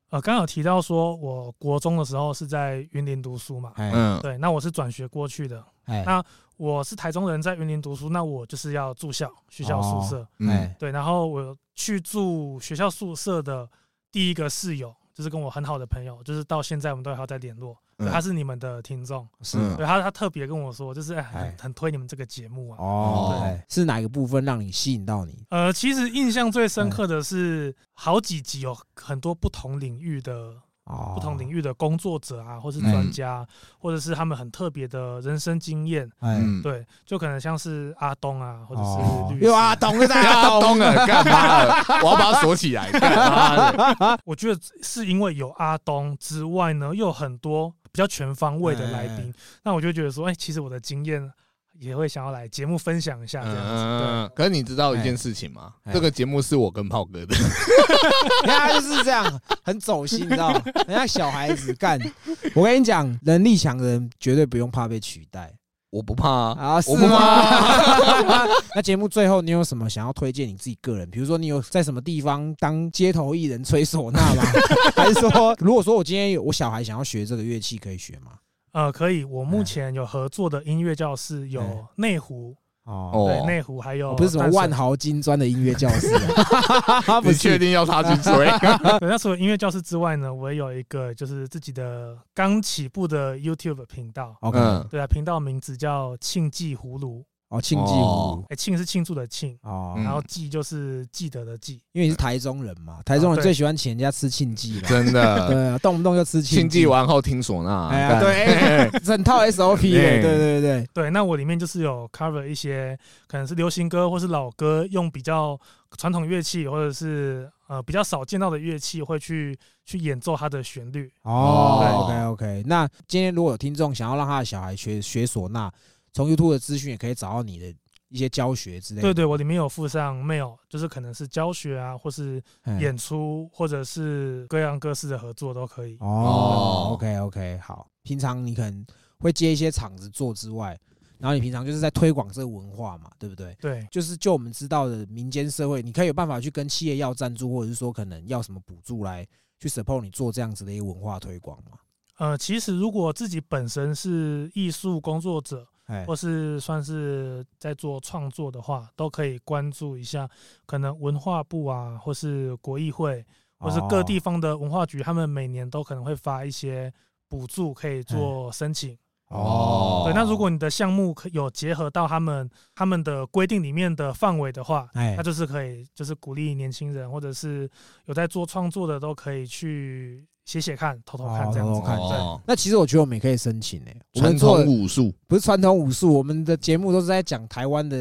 C: 呃，刚刚有提到说，我国中的时候是在云林读书嘛，
A: 哎
B: 嗯，
C: 对，那我是转学过去的，
A: 哎
C: 那我是台中人，在云林读书，那我就是要住校，学校宿舍，
B: 嗯，
A: 哎
C: 对，然后我去住学校宿舍的第一个室友，就是跟我很好的朋友，就是到现在我们都还有在联络，对
B: 嗯
C: 他是你们的听众，
A: 是
B: 嗯
C: 对他他特别跟我说，就是哎
A: 哎
C: 很很推你们这个节目啊，
A: 哦
B: 对，
A: 哎是哪个部分让你吸引到你？
C: 呃，其实印象最深刻的是好几集有
B: 嗯
C: 很多不同领域的
A: 哦，
C: 不同领
A: 域，
C: 域的工作者啊，或是
B: 嗯
C: 专家，或者是他们很特别的人生经验。
A: 哎，
B: 嗯，
C: 对，就可能像是阿东啊，或者
A: 哦
C: 是律师
A: 有啊，懂了，大家
B: 阿啊 东了，干嘛了？我要把它锁起来。干嘛了
C: 我觉得是因为有阿东之外呢，又有很多比较全方位的来宾，那我就觉得说，哎、其实我的经验也会想要来节目分享一下这样子。
B: 嗯，可是你知道一件事情吗
A: 哎？
B: 这个节目是我跟炮哥的，
A: 人家就是这样，很走心，你知道吗？人家小孩子干，我跟你讲，能力强的人绝对不用怕被取代。
B: 我不怕啊，
A: 啊，是
B: 我不怕。
A: 吗？那节目最后，你有什么想要推荐你自己个人？比如说，你有在什么地方当街头艺人吹唢呐吗？ 还是说，如果说我今天有我小孩想要学这个乐器，可以学吗？
C: 对，呃，可以。我目前有合作的音乐教室
A: 嗯
C: 有内湖，
A: 哦，
C: 对
B: 哦，
C: 内湖还有
A: 我不是什么
C: 淡水
A: 万豪金砖的音乐教室 啊，不
B: 你确
A: 是
B: 定要他去 追？
C: 对，那除了音乐教室之外呢，我也有一个就是自己的刚起步的 YouTube 频道。
A: ？OK，
B: 嗯，
C: 对啊，频道名字叫“庆记葫芦
A: 哦，庆记湖
B: 哦”，
C: 哎，庆是庆祝的庆，
A: 哦，
B: 嗯啊
C: 然后记就是记得的记。
A: 因为你是台中人嘛，台中人
C: 对
A: 最喜欢请人家吃庆记了，
B: 真的，
A: 对啊，动不动就吃
B: 庆
A: 庆
B: 记，完后听唢呐。
A: 哎呀，
B: 干，
A: 对，整 套 SOP，欸对对
B: 哎
A: 对对，
C: 对，那我里面就是有 cover 一些可能是流行歌或是老歌，用比较传统乐器或者是呃比较少见到的乐器，会去去演奏它的旋律。
A: 哦
B: 对
A: ，OK OK，那今天如果有听众想要让他的小孩学学唢呐，从 YouTube 的资讯也可以找到你的一些教学之类
C: 对
A: 的。
C: 对，我里面有附上 mail，就是可能是教学啊，或是
A: 嗯
C: 演出，或者是各样各式的合作都可以。
A: 哦
B: 哦
A: ，OK OK，好。平常你可能会接一些场子做之外，然后你平常就是在推广这个文化嘛，对不对？
C: 对，
A: 就是就我们知道的民间社会，你可以有办法去跟企业要赞助，或者是说可能要什么补助来去 support 你做这样子的一个文化推广嘛。
C: 呃，其实如果自己本身是艺术工作者，
A: 哎
C: 或，是算是在做创作的话，都可以关注一下，可能文化部啊，或是国议会。或
A: 哦
C: 是各地方的文化局，他们每年都可能会发一些补助，可以做申请。
A: 哦，
C: 对，那如果你的项目可有结合到他们他们的规定里面的范围的话，
A: 哎
C: 那就是可以，就是鼓励年轻人或者是有在做创作的都可以去写写看、偷偷看
A: 哦
C: 这样
A: 偷
C: 子。
A: 偷看
B: 哦
A: 那其实我觉得我们也可以申请诶、我
B: 传
A: 们做
B: 统武术，
A: 不是传统武术，我们的节目都是在讲台湾的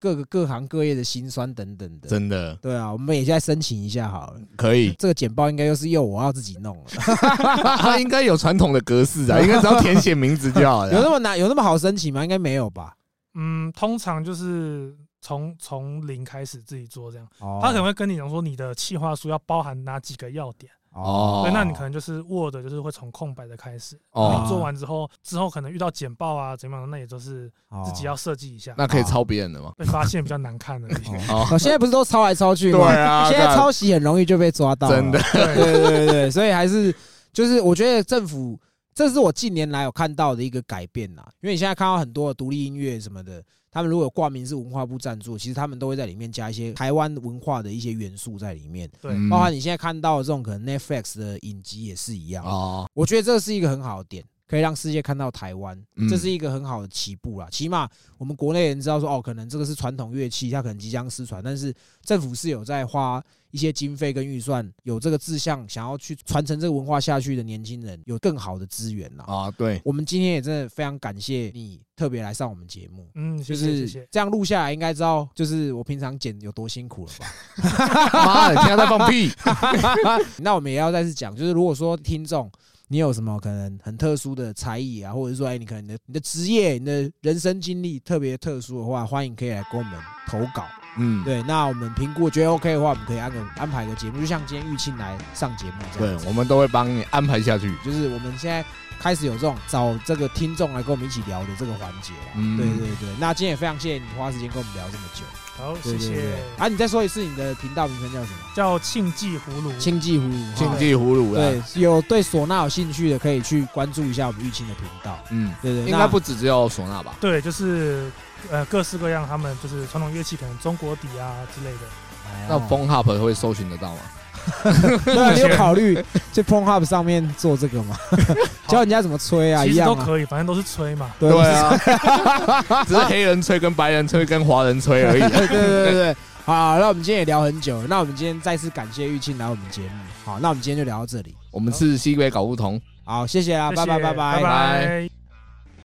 A: 各个各行各业的辛酸等等的。
B: 真的
A: 对啊，我们也再申请一下好了。。
B: 可以
A: 这个简报应该又是又我要自己弄了，
B: 他应该有传统的格式 啊，应该只要填写名字就好
A: 有那
B: 了。
A: 么难，有那么好申请吗？应该没有吧。
C: 嗯，通常就是从从零开始自己做这样。
A: 哦
C: 他可能会跟你讲说你的企划书要包含哪几个要点，
B: 哦
C: 对，那你可能就是 Word 就是会从空白的开始，
A: 哦
C: 你做完之后，之后可能遇到简报啊怎么样，那也都是自己要设计一下，
B: 那可以抄别人的吗？
C: 被发现比较难看而已。
A: 哦
B: 哦，
A: 哦，现在不是都抄来抄去吗？
B: 啊
A: 现在抄袭很容易就被抓到，
B: 真的。
A: 对对对对，所以还是就是我觉得政府，这是我近年来有看到的一个改变啦。因为你现在看到很多的独立音乐什么的，他们如果有挂名是文化部赞助，其实他们都会在里面加一些台湾文化的一些元素在里面，
C: 对，
B: 嗯
A: 包含你现在看到的这种可能 Netflix 的影集也是一样。
B: 哦，
A: 我觉得这是一个很好的点，可以让世界看到台湾
B: 嗯，
A: 这是一个很好的起步啦。起码我们国内人知道说，哦，可能这个是传统乐器，它可能即将失传，但是政府是有在花一些经费跟预算，有这个志向，想要去传承这个文化下去的年轻人，有更好的资源啦。
B: 啊，对，
A: 我们今天也真的非常感谢你特别来上我们节目。
C: 嗯，
A: 就
C: 谢谢谢
A: 是
C: 谢。
A: 这样录下来，应该知道就是我平常剪有多辛苦了吧？
B: 妈的，现在在放屁。
A: 那我们也要再次讲，就是如果说听众你有什么可能很特殊的才艺啊，或者说哎、你可能你的你的职业、你的人生经历特别特殊的话，欢迎可以来跟我们投稿。
B: 嗯，
A: 对，那我们评估觉得 OK 的话，我们可以安个安排个节目，就像今天玉庆来上节目这
B: 对
A: 样，子。
B: 我们都会帮你安排下去。
A: 就是我们现在开始有这种找这个听众来跟我们一起聊的这个环节啊啦。
B: 嗯
A: 对对对，那今天也非常谢谢你花时间跟我们聊这么久。
C: 好，
A: 对对
C: 谢
A: 对
C: 谢。
A: 啊，你再说一次你的频道名称叫什么？
C: 叫庆记葫芦，
A: 庆记葫芦。
B: 竞技葫芦啦，
A: 对，有对唢呐有兴趣的，可以去关注一下我们玉清的频道。
B: 嗯，
A: 对对，
B: 应该
A: 那
B: 不只只有唢呐吧？
C: 对，就是呃各式各样，他们就是传统乐器，可能中国笛啊之类的。
A: 哎哦
B: 那 Phone Hub 会搜寻得到吗？
A: 对啊，你 有考虑在 p o n h u b 上面做这个吗？教人家怎么吹啊，
C: 其
A: 一
C: 实
A: 样
C: 都
A: 啊。
C: 可以，反正都是吹嘛。
A: 对对
B: 啊， 只是黑人吹、跟白人吹、跟华人吹而已。
A: 对对对对。好，那我们今天也聊很久了，那我们今天再次感谢玉庆来我们节目。好，那我们今天就聊到这里。
B: 我们是西北搞不同。
A: 好，谢谢啦，啊
C: 谢
A: 拜拜
C: 谢
A: 拜拜。
B: 拜
C: 拜拜。